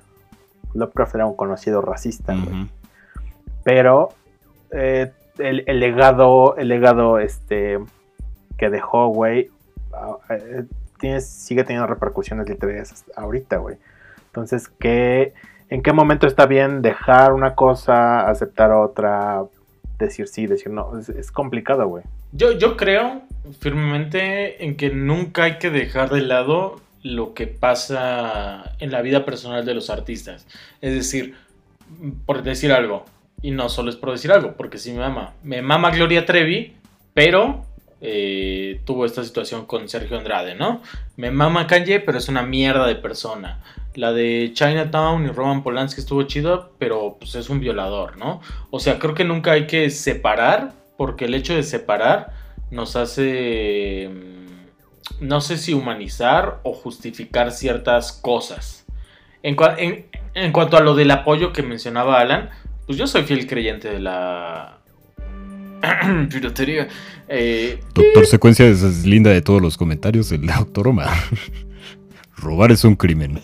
S6: Lovecraft era un conocido racista, güey.
S7: Ujú.
S6: Pero eh, el, el legado, el legado este, que dejó, güey, a- eh, tiene- sigue teniendo repercusiones literarias hasta ahorita, güey. Entonces, ¿qué, ¿en qué momento está bien dejar una cosa, aceptar otra, decir sí, decir no? Es, es complicado, güey.
S4: Yo, yo creo firmemente en que nunca hay que dejar de lado lo que pasa en la vida personal de los artistas. Es decir, por decir algo, y no solo es por decir algo, porque sí me ama. Me mama Gloria Trevi, pero eh, tuvo esta situación con Sergio Andrade, ¿no? Me mama Kanye, pero es una mierda de persona. La de Chinatown y Roman Polanski estuvo chido, pero pues es un violador, ¿no? O sea, creo que nunca hay que separar, porque el hecho de separar nos hace, mm, no sé si humanizar o justificar ciertas cosas. En, cua- en- en cuanto a lo del apoyo que mencionaba Alan, pues yo soy fiel creyente de la piratería. Eh,
S7: Doctor Secuencia es linda de todos los comentarios del doctor Omar. Robar es un crimen.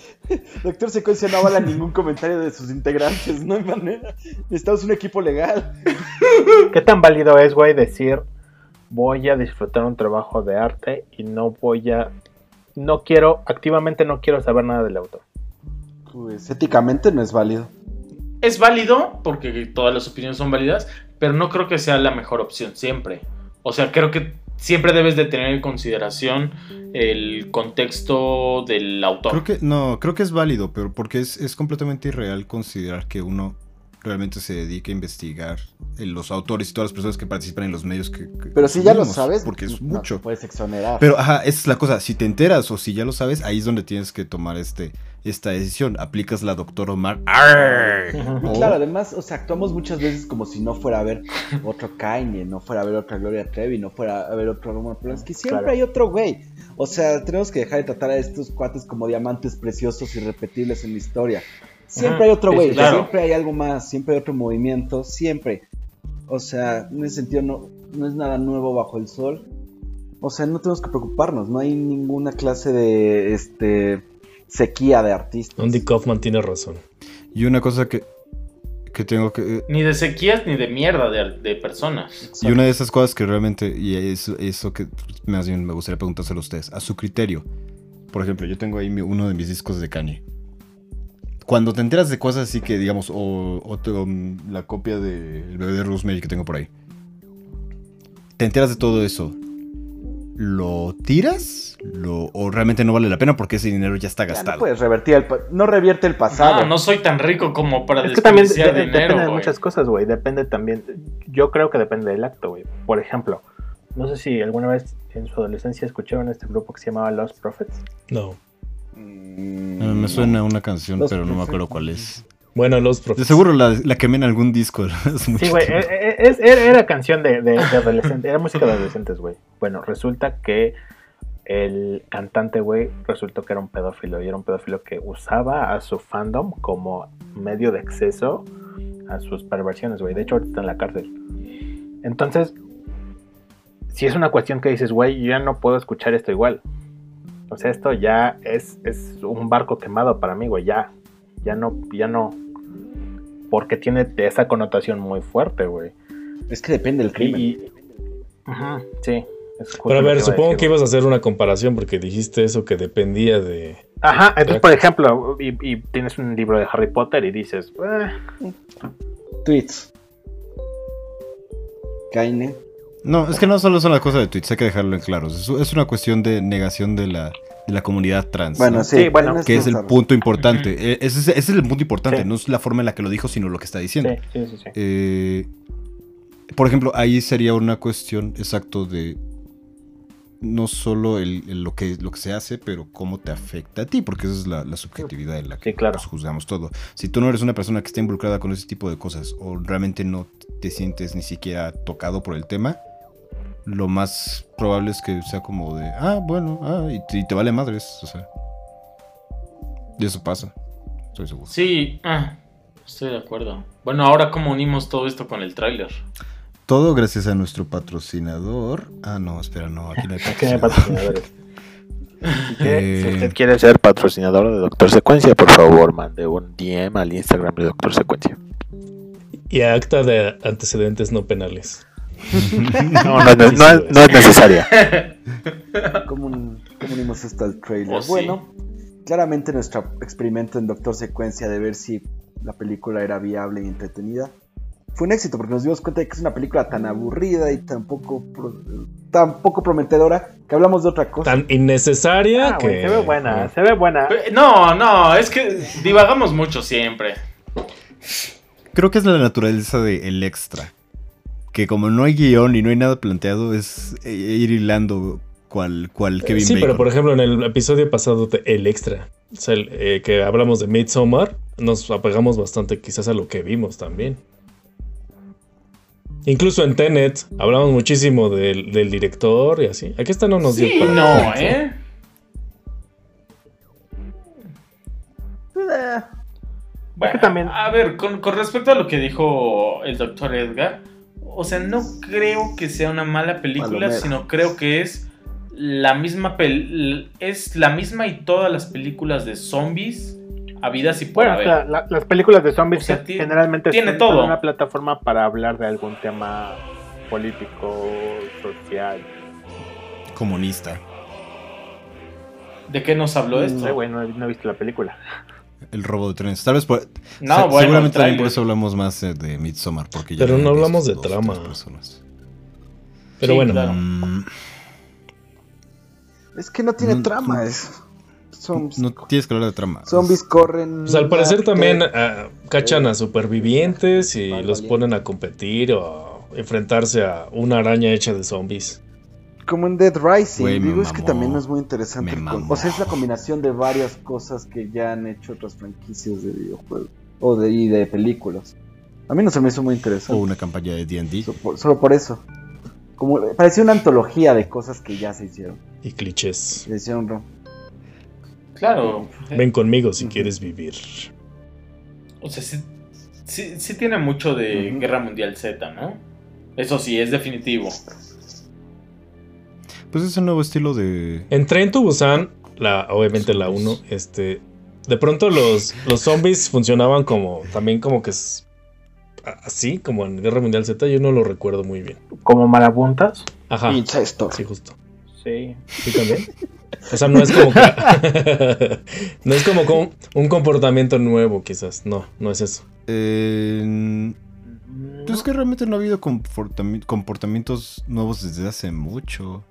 S2: Doctor Secuencia no avala ningún comentario de sus integrantes, no hay manera. Necesitamos un equipo legal.
S6: ¿Qué tan válido es, güey, decir voy a disfrutar un trabajo de arte y no voy a... No quiero, activamente no quiero saber nada del autor.
S2: Pues éticamente no es válido.
S4: es válido porque todas las opiniones son válidas, pero no creo que sea la mejor opción siempre. O sea, creo que siempre debes de tener en consideración el contexto del autor.
S7: Creo que, no, creo que es válido, pero porque es, es completamente irreal considerar que uno realmente se dedique a investigar eh, los autores y todas las personas que participan en los medios que... que
S9: Pero si ya lo
S7: consumimos,
S9: sabes,
S7: Porque es
S9: no,
S7: mucho.
S2: Puedes exonerar.
S7: Pero, ajá, esa es la cosa. Si te enteras o si ya lo sabes, ahí es donde tienes que tomar este, esta decisión. Aplicas la doctor Omar. Oh, ¡Arr!
S2: Y claro, además, o sea, actuamos muchas veces como si no fuera a haber otro Kanye, no fuera a haber otra Gloria Trevi, no fuera a haber otro Roman Polanski. Siempre
S6: Claro.
S2: hay otro güey. O sea, tenemos que dejar de tratar a estos cuates como diamantes preciosos irrepetibles en la historia. Siempre
S4: Ajá.
S2: hay otro güey,
S4: Sí, claro.
S2: siempre hay algo más, siempre hay otro movimiento, siempre. O sea, en ese sentido no, no es nada nuevo bajo el sol. O sea, no tenemos que preocuparnos, no hay ninguna clase de este sequía de artistas.
S6: pues,
S5: Andy Kaufman tiene razón.
S7: Y una cosa que, que tengo que...
S4: Ni de sequías ni de mierda de, de personas.
S7: Y una de esas cosas que realmente, y eso, eso que más bien me gustaría preguntárselo a ustedes, a su criterio. Por ejemplo, yo tengo ahí mi- uno de mis discos de Kanye. Cuando te enteras de cosas así que, digamos, o, o te- o, mm, la copia de El bebé de Rosemary que tengo por ahí, te enteras de todo eso, ¿lo tiras? ¿Lo, ¿O realmente no vale la pena porque ese dinero ya está
S2: Ya
S7: gastado?
S2: no puedes revertir el pa- no revierte el pasado.
S4: Ah, no soy tan rico como para
S6: Es que también
S4: desperdiciar
S6: de- de-
S4: dinero,
S6: depende de
S4: güey.
S6: muchas cosas, güey. Depende también. Yo creo que depende del acto, güey. Por ejemplo, no sé si alguna vez en su adolescencia escucharon este grupo que se llamaba Lost Prophets.
S5: No.
S7: Ah, me suena una canción,
S2: Los
S7: pero no me
S2: perfectos.
S7: acuerdo cuál es.
S5: Bueno, los profes.
S7: De seguro la, la quemé en algún disco. hace mucho
S6: Sí, güey.
S7: tiempo.
S6: e- e- es- Era, era canción de, de, de adolescente. Era música de adolescentes, güey. Bueno, resulta que el cantante, güey, resultó que era un pedófilo. Y era un pedófilo que usaba a su fandom como medio de acceso a sus perversiones, güey. De hecho, ahorita está en la cárcel. Entonces, si es una cuestión que dices, güey, yo ya no puedo escuchar esto igual. O sea, esto ya es, es un barco quemado para mí, güey. Ya, ya no, ya no. Porque tiene esa connotación muy fuerte, güey.
S2: Es que depende del crimen.
S6: Y- Ajá, sí. es justo
S5: Pero a
S6: lo
S5: ver,
S6: iba
S5: supongo
S6: decir,
S5: que
S6: güey.
S5: ibas a hacer una comparación porque dijiste eso que dependía de.
S6: Ajá, entonces, por ejemplo, y, y tienes un libro de Harry Potter y dices, "Eh,
S2: Tweets. Kaine.
S7: No, es que no solo son las cosas de Twitch, hay que dejarlo en claro. Es, es una cuestión de negación de la, de la comunidad trans.
S2: Bueno,
S7: ¿no?
S2: sí, este
S6: Sí, bueno,
S2: tienes
S7: Que es el
S2: razón.
S7: punto importante. E- Ese es, ese es el punto importante,
S6: Sí.
S7: no es la forma en la que lo dijo, sino lo que está diciendo.
S6: sí, sí, sí, sí.
S7: Eh, por ejemplo, ahí sería una cuestión exacto de no solo el, el- lo, que, lo que se hace, pero cómo te afecta a ti, porque esa es la, la subjetividad en la que
S6: Sí, claro.
S7: nos juzgamos todo. Si tú no eres una persona que está involucrada con ese tipo de cosas o realmente no te sientes ni siquiera tocado por el tema, lo más probable es que sea como de, ah, bueno, ah, y, te- y te vale madres, o sea. Y eso pasa, estoy seguro.
S4: Sí, ah, estoy de acuerdo. Bueno, ahora cómo unimos todo esto con el tráiler.
S7: Todo gracias a nuestro patrocinador. Ah, no, espera, no, aquí no hay
S6: Aquí no hay
S7: patrocinador.
S6: patrocinadores. Así que, Si
S7: Eh.
S6: usted quiere ser patrocinador de Doctor Secuencia, por favor, mande un DM al Instagram de Doctor Secuencia.
S5: Y a acta de antecedentes no penales.
S6: No, no, no, no- no es necesaria.
S2: ¿Cómo, cómo unimos esto al trailer?
S4: Oh, sí.
S2: bueno, claramente nuestro experimento en Doctor Secuencia de ver si la película era viable y entretenida fue un éxito porque nos dimos cuenta de que es una película tan aburrida y tan poco, pro- tan poco prometedora que hablamos de otra cosa.
S5: Tan innecesaria
S6: Ah,
S5: que.
S6: güey, se ve
S5: Eh.
S6: buena, se ve buena.
S4: Pe- Eh, No, no, es que divagamos mucho siempre.
S7: Creo que es la naturaleza del extra. Que como no hay guión y no hay nada planteado, es eh, ir hilando cual,
S6: Eh,
S7: cual Kevin
S5: sí, pero
S7: Bacon.
S5: por ejemplo, en el episodio pasado, de el extra, o sea, el, eh, que hablamos de Midsommar, nos apegamos bastante quizás a lo que vimos también. Incluso en Tenet, hablamos muchísimo del, del director y así. Aquí está no nos dio
S4: Sí,
S5: para-
S4: no, ¿eh? Bueno,
S6: que también-
S1: ah,
S4: A ver, con, con respecto a lo que dijo el doctor Edgar, o sea, no creo que sea una mala película,
S2: Palomera.
S4: sino creo que es la misma pel es la misma y todas las películas de zombies habidas y por
S6: Bueno, o
S4: haber.
S6: sea, la- las películas de zombies
S4: O sea, ti-
S6: generalmente
S4: tiene
S6: son- son
S4: todo.
S6: una plataforma para hablar de algún tema político, social.
S7: Comunista.
S4: ¿De qué nos habló
S6: No
S4: esto?
S6: sé, güey, no, he- no he visto la película.
S7: El robo de trenes. Tal vez por. se-
S4: no, bueno,
S7: seguramente también
S4: tráiler.
S7: por eso hablamos más eh, de Midsommar. Porque ya
S5: Pero
S7: lo
S5: no
S7: han
S5: hablamos
S7: visto
S5: de
S7: dos,
S5: trama.
S7: tres personas.
S5: Pero
S4: Sí,
S5: bueno,
S4: claro.
S7: Mm,
S9: Es que no tiene
S7: No,
S9: trama.
S7: no.
S9: Es... Zombies,
S7: Mm, no tienes que hablar de trama.
S9: zombies corren.
S5: pues al parecer
S9: ataque.
S5: también ah, cachan a supervivientes y
S9: Vale,
S5: los
S9: vale.
S5: ponen a competir o a enfrentarse a una araña hecha de zombies.
S9: Como en Dead Rising.
S7: Güey, me
S9: Digo, es que
S7: mamó.
S9: también es muy interesante.
S7: Me
S9: el con-
S7: mamó.
S9: O sea, es la combinación de varias cosas que ya han hecho otras franquicias de videojuegos o de, y de películas. A mí no se me hizo muy
S7: O
S9: interesante.
S7: una campaña de D&D.
S9: So- por- solo por eso. Como, parecía una antología de cosas que ya se hicieron.
S5: Y clichés.
S9: Se hicieron ¿no?
S4: Claro.
S5: Ven conmigo si
S9: Ujú.
S5: quieres vivir.
S4: O sea, sí, sí, sí tiene mucho de
S9: Ujú.
S4: Guerra Mundial Z, ¿no? Eso sí, es definitivo.
S7: Pues es un nuevo estilo de...
S5: En Tren to Busan, la, obviamente la 1, este, de pronto los, los zombies funcionaban como, también como que es, así, como en Guerra Mundial Z, yo no lo recuerdo muy bien.
S6: ¿Como marabuntas?
S5: Ajá,
S9: Pinche esto.
S5: Ah, sí, justo.
S6: Sí.
S5: ¿Sí también? O sea, no es como que- no es como con- un comportamiento nuevo, quizás. No, no es eso.
S7: Eh, pues es que realmente no ha habido comportami- comportamientos nuevos desde hace mucho.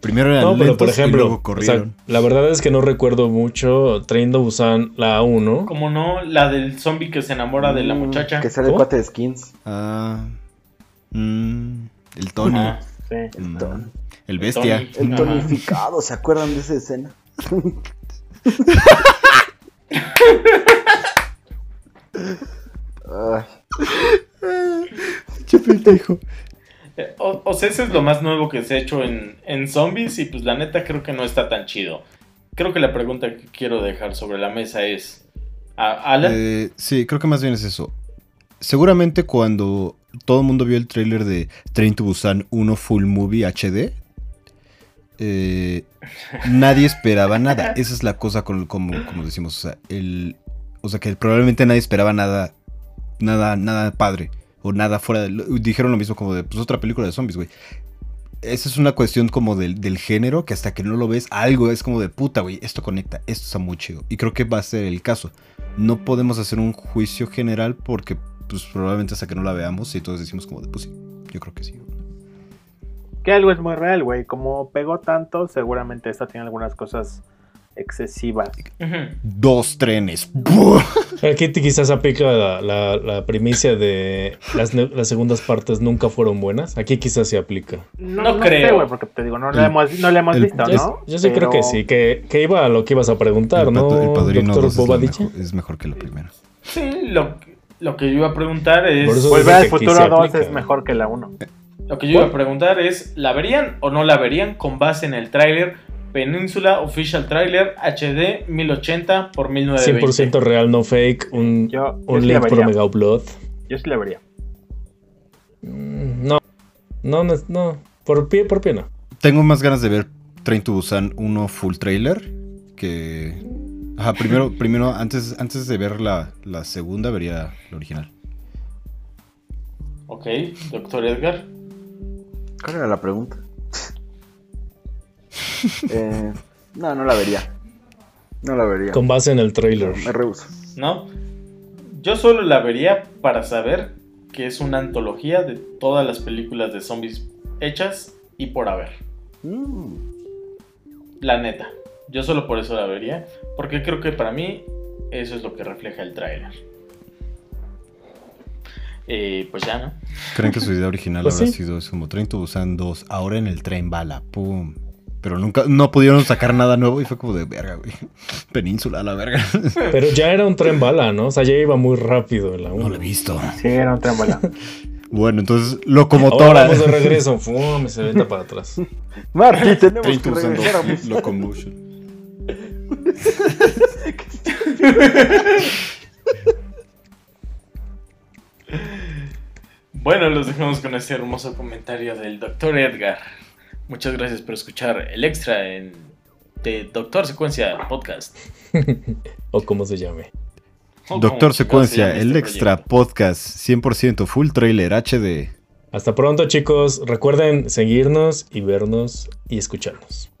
S7: Primero eran
S5: No, pero
S7: lentos
S5: por
S7: y
S5: ejemplo,
S7: luego
S5: o sea,
S7: corrieron.
S5: la verdad es que no recuerdo mucho Train to Busan, la 1.
S4: Como no, la del zombie que se enamora de la
S9: Mm,
S4: muchacha.
S9: Que sale el
S5: ¿Cómo?
S9: cuate de skins.
S7: Ah, mm, el Tony.
S4: Ajá.
S6: Sí.
S9: El,
S7: Mm,
S9: ton-
S7: el bestia.
S4: Tony.
S9: el
S4: Ajá.
S9: tonificado. ¿Se acuerdan de esa escena? Ay,
S4: Eh, O, o sea, ese es lo más nuevo que se ha hecho en, en zombies y pues la neta creo que no está tan chido. Creo que la pregunta que quiero dejar sobre la mesa es... ¿a- ¿Alan?
S7: Eh, sí, creo que más bien es eso. Seguramente cuando todo el mundo vio el tráiler de Train to Busan 1 Full Movie HD, eh, nadie esperaba nada. Esa es la cosa con, como, como decimos. O sea, el, o sea, que probablemente nadie esperaba nada, nada, nada padre. O nada fuera de... lo- Dijeron lo mismo como de, pues otra película de zombies, güey. Esa es una cuestión como del, del género, que hasta que no lo ves, algo es como de puta, güey. Esto conecta, esto está muy chido. Y creo que va a ser el caso no podemos hacer un juicio general porque pues probablemente hasta que no la veamos y todos decimos como de pues sí, yo creo que sí.
S6: Que algo es muy real, güey. Como pegó tanto, seguramente esta tiene algunas cosas excesivas.
S4: Ujú.
S7: Dos trenes. ¡Buah!
S5: Aquí te- quizás aplica la, la- la primicia de las, ne- las segundas partes nunca fueron buenas. Aquí quizás se aplica.
S6: No,
S4: No
S6: no
S4: creo.
S6: sé, güey, porque te digo, no la
S7: El-
S6: hemos, no la hemos
S7: el-
S6: visto,
S5: Yo-
S6: ¿no?
S5: Yo sí creo
S6: Pero
S5: que sí, que, que iba a lo que ibas a preguntar,
S7: el,
S5: ¿no?
S7: pat- el padrino
S5: doctor
S7: dos es, la
S5: Bobadilla?
S7: mejor, es mejor que la primera.
S4: Sí, lo, lo que yo iba a preguntar es...
S5: Por eso-
S6: Volver
S5: Desde
S6: al
S5: que aquí
S6: futuro
S5: se
S6: 2
S5: aplica.
S6: es mejor que la 1.
S4: Lo que yo iba a preguntar es, ¿la verían o no la verían con base en el tráiler Península Official Trailer HD 1080 por 1920?
S5: 100% real, no fake. Un,
S6: Yo, yo
S5: un
S6: sí la
S5: link pro
S6: vería.
S5: mega upload.
S6: Yo sí la vería.
S5: Mm, No, no, no, no. Por pie, por pie no.
S7: Tengo más ganas de ver Train to Busan 1 full trailer que... Ajá, primero, primero antes, antes de ver la, la segunda vería la original.
S4: Ok, doctor Edgar.
S9: ¿Cuál era la pregunta? Eh, no, no la vería. No la vería.
S5: Con base en el trailer.
S9: Me rehuso.
S4: ¿no? Yo solo la vería para saber que es una antología de todas las películas de zombies hechas y por haber.
S9: Mm,
S4: La neta. Yo solo por eso la vería. Porque creo que para mí eso es lo que refleja el tráiler. Eh, pues ya, ¿no?
S7: ¿Creen que su idea original
S5: Pues
S7: habrá
S5: sí.
S7: sido es como Train to Busan 2, ahora en el tren bala, pum? Pero nunca, no pudieron sacar nada nuevo y fue como de verga, güey. Península, a la verga.
S5: Pero ya era un tren bala, ¿no? O sea, ya iba muy rápido en la
S7: No
S5: 1.
S7: lo he visto.
S6: Sí, era un tren bala.
S7: Bueno, entonces,
S5: Ahora
S7: locomotora.
S5: vamos de regreso. Fum, se venta para atrás.
S9: Marty, tenemos que
S7: 30%
S9: regresar a
S7: flip locomotion.
S4: Bueno, los dejamos con este hermoso comentario del doctor Edgar. Muchas gracias por escuchar el extra en, de Doctor Secuencia Podcast.
S5: o como se llame.
S4: O como
S7: Doctor
S4: se
S7: Secuencia,
S4: llame
S7: el
S4: este
S7: extra
S4: proyecto.
S7: podcast 100% full trailer HD.
S5: Hasta pronto, chicos. Recuerden seguirnos y vernos y escucharnos.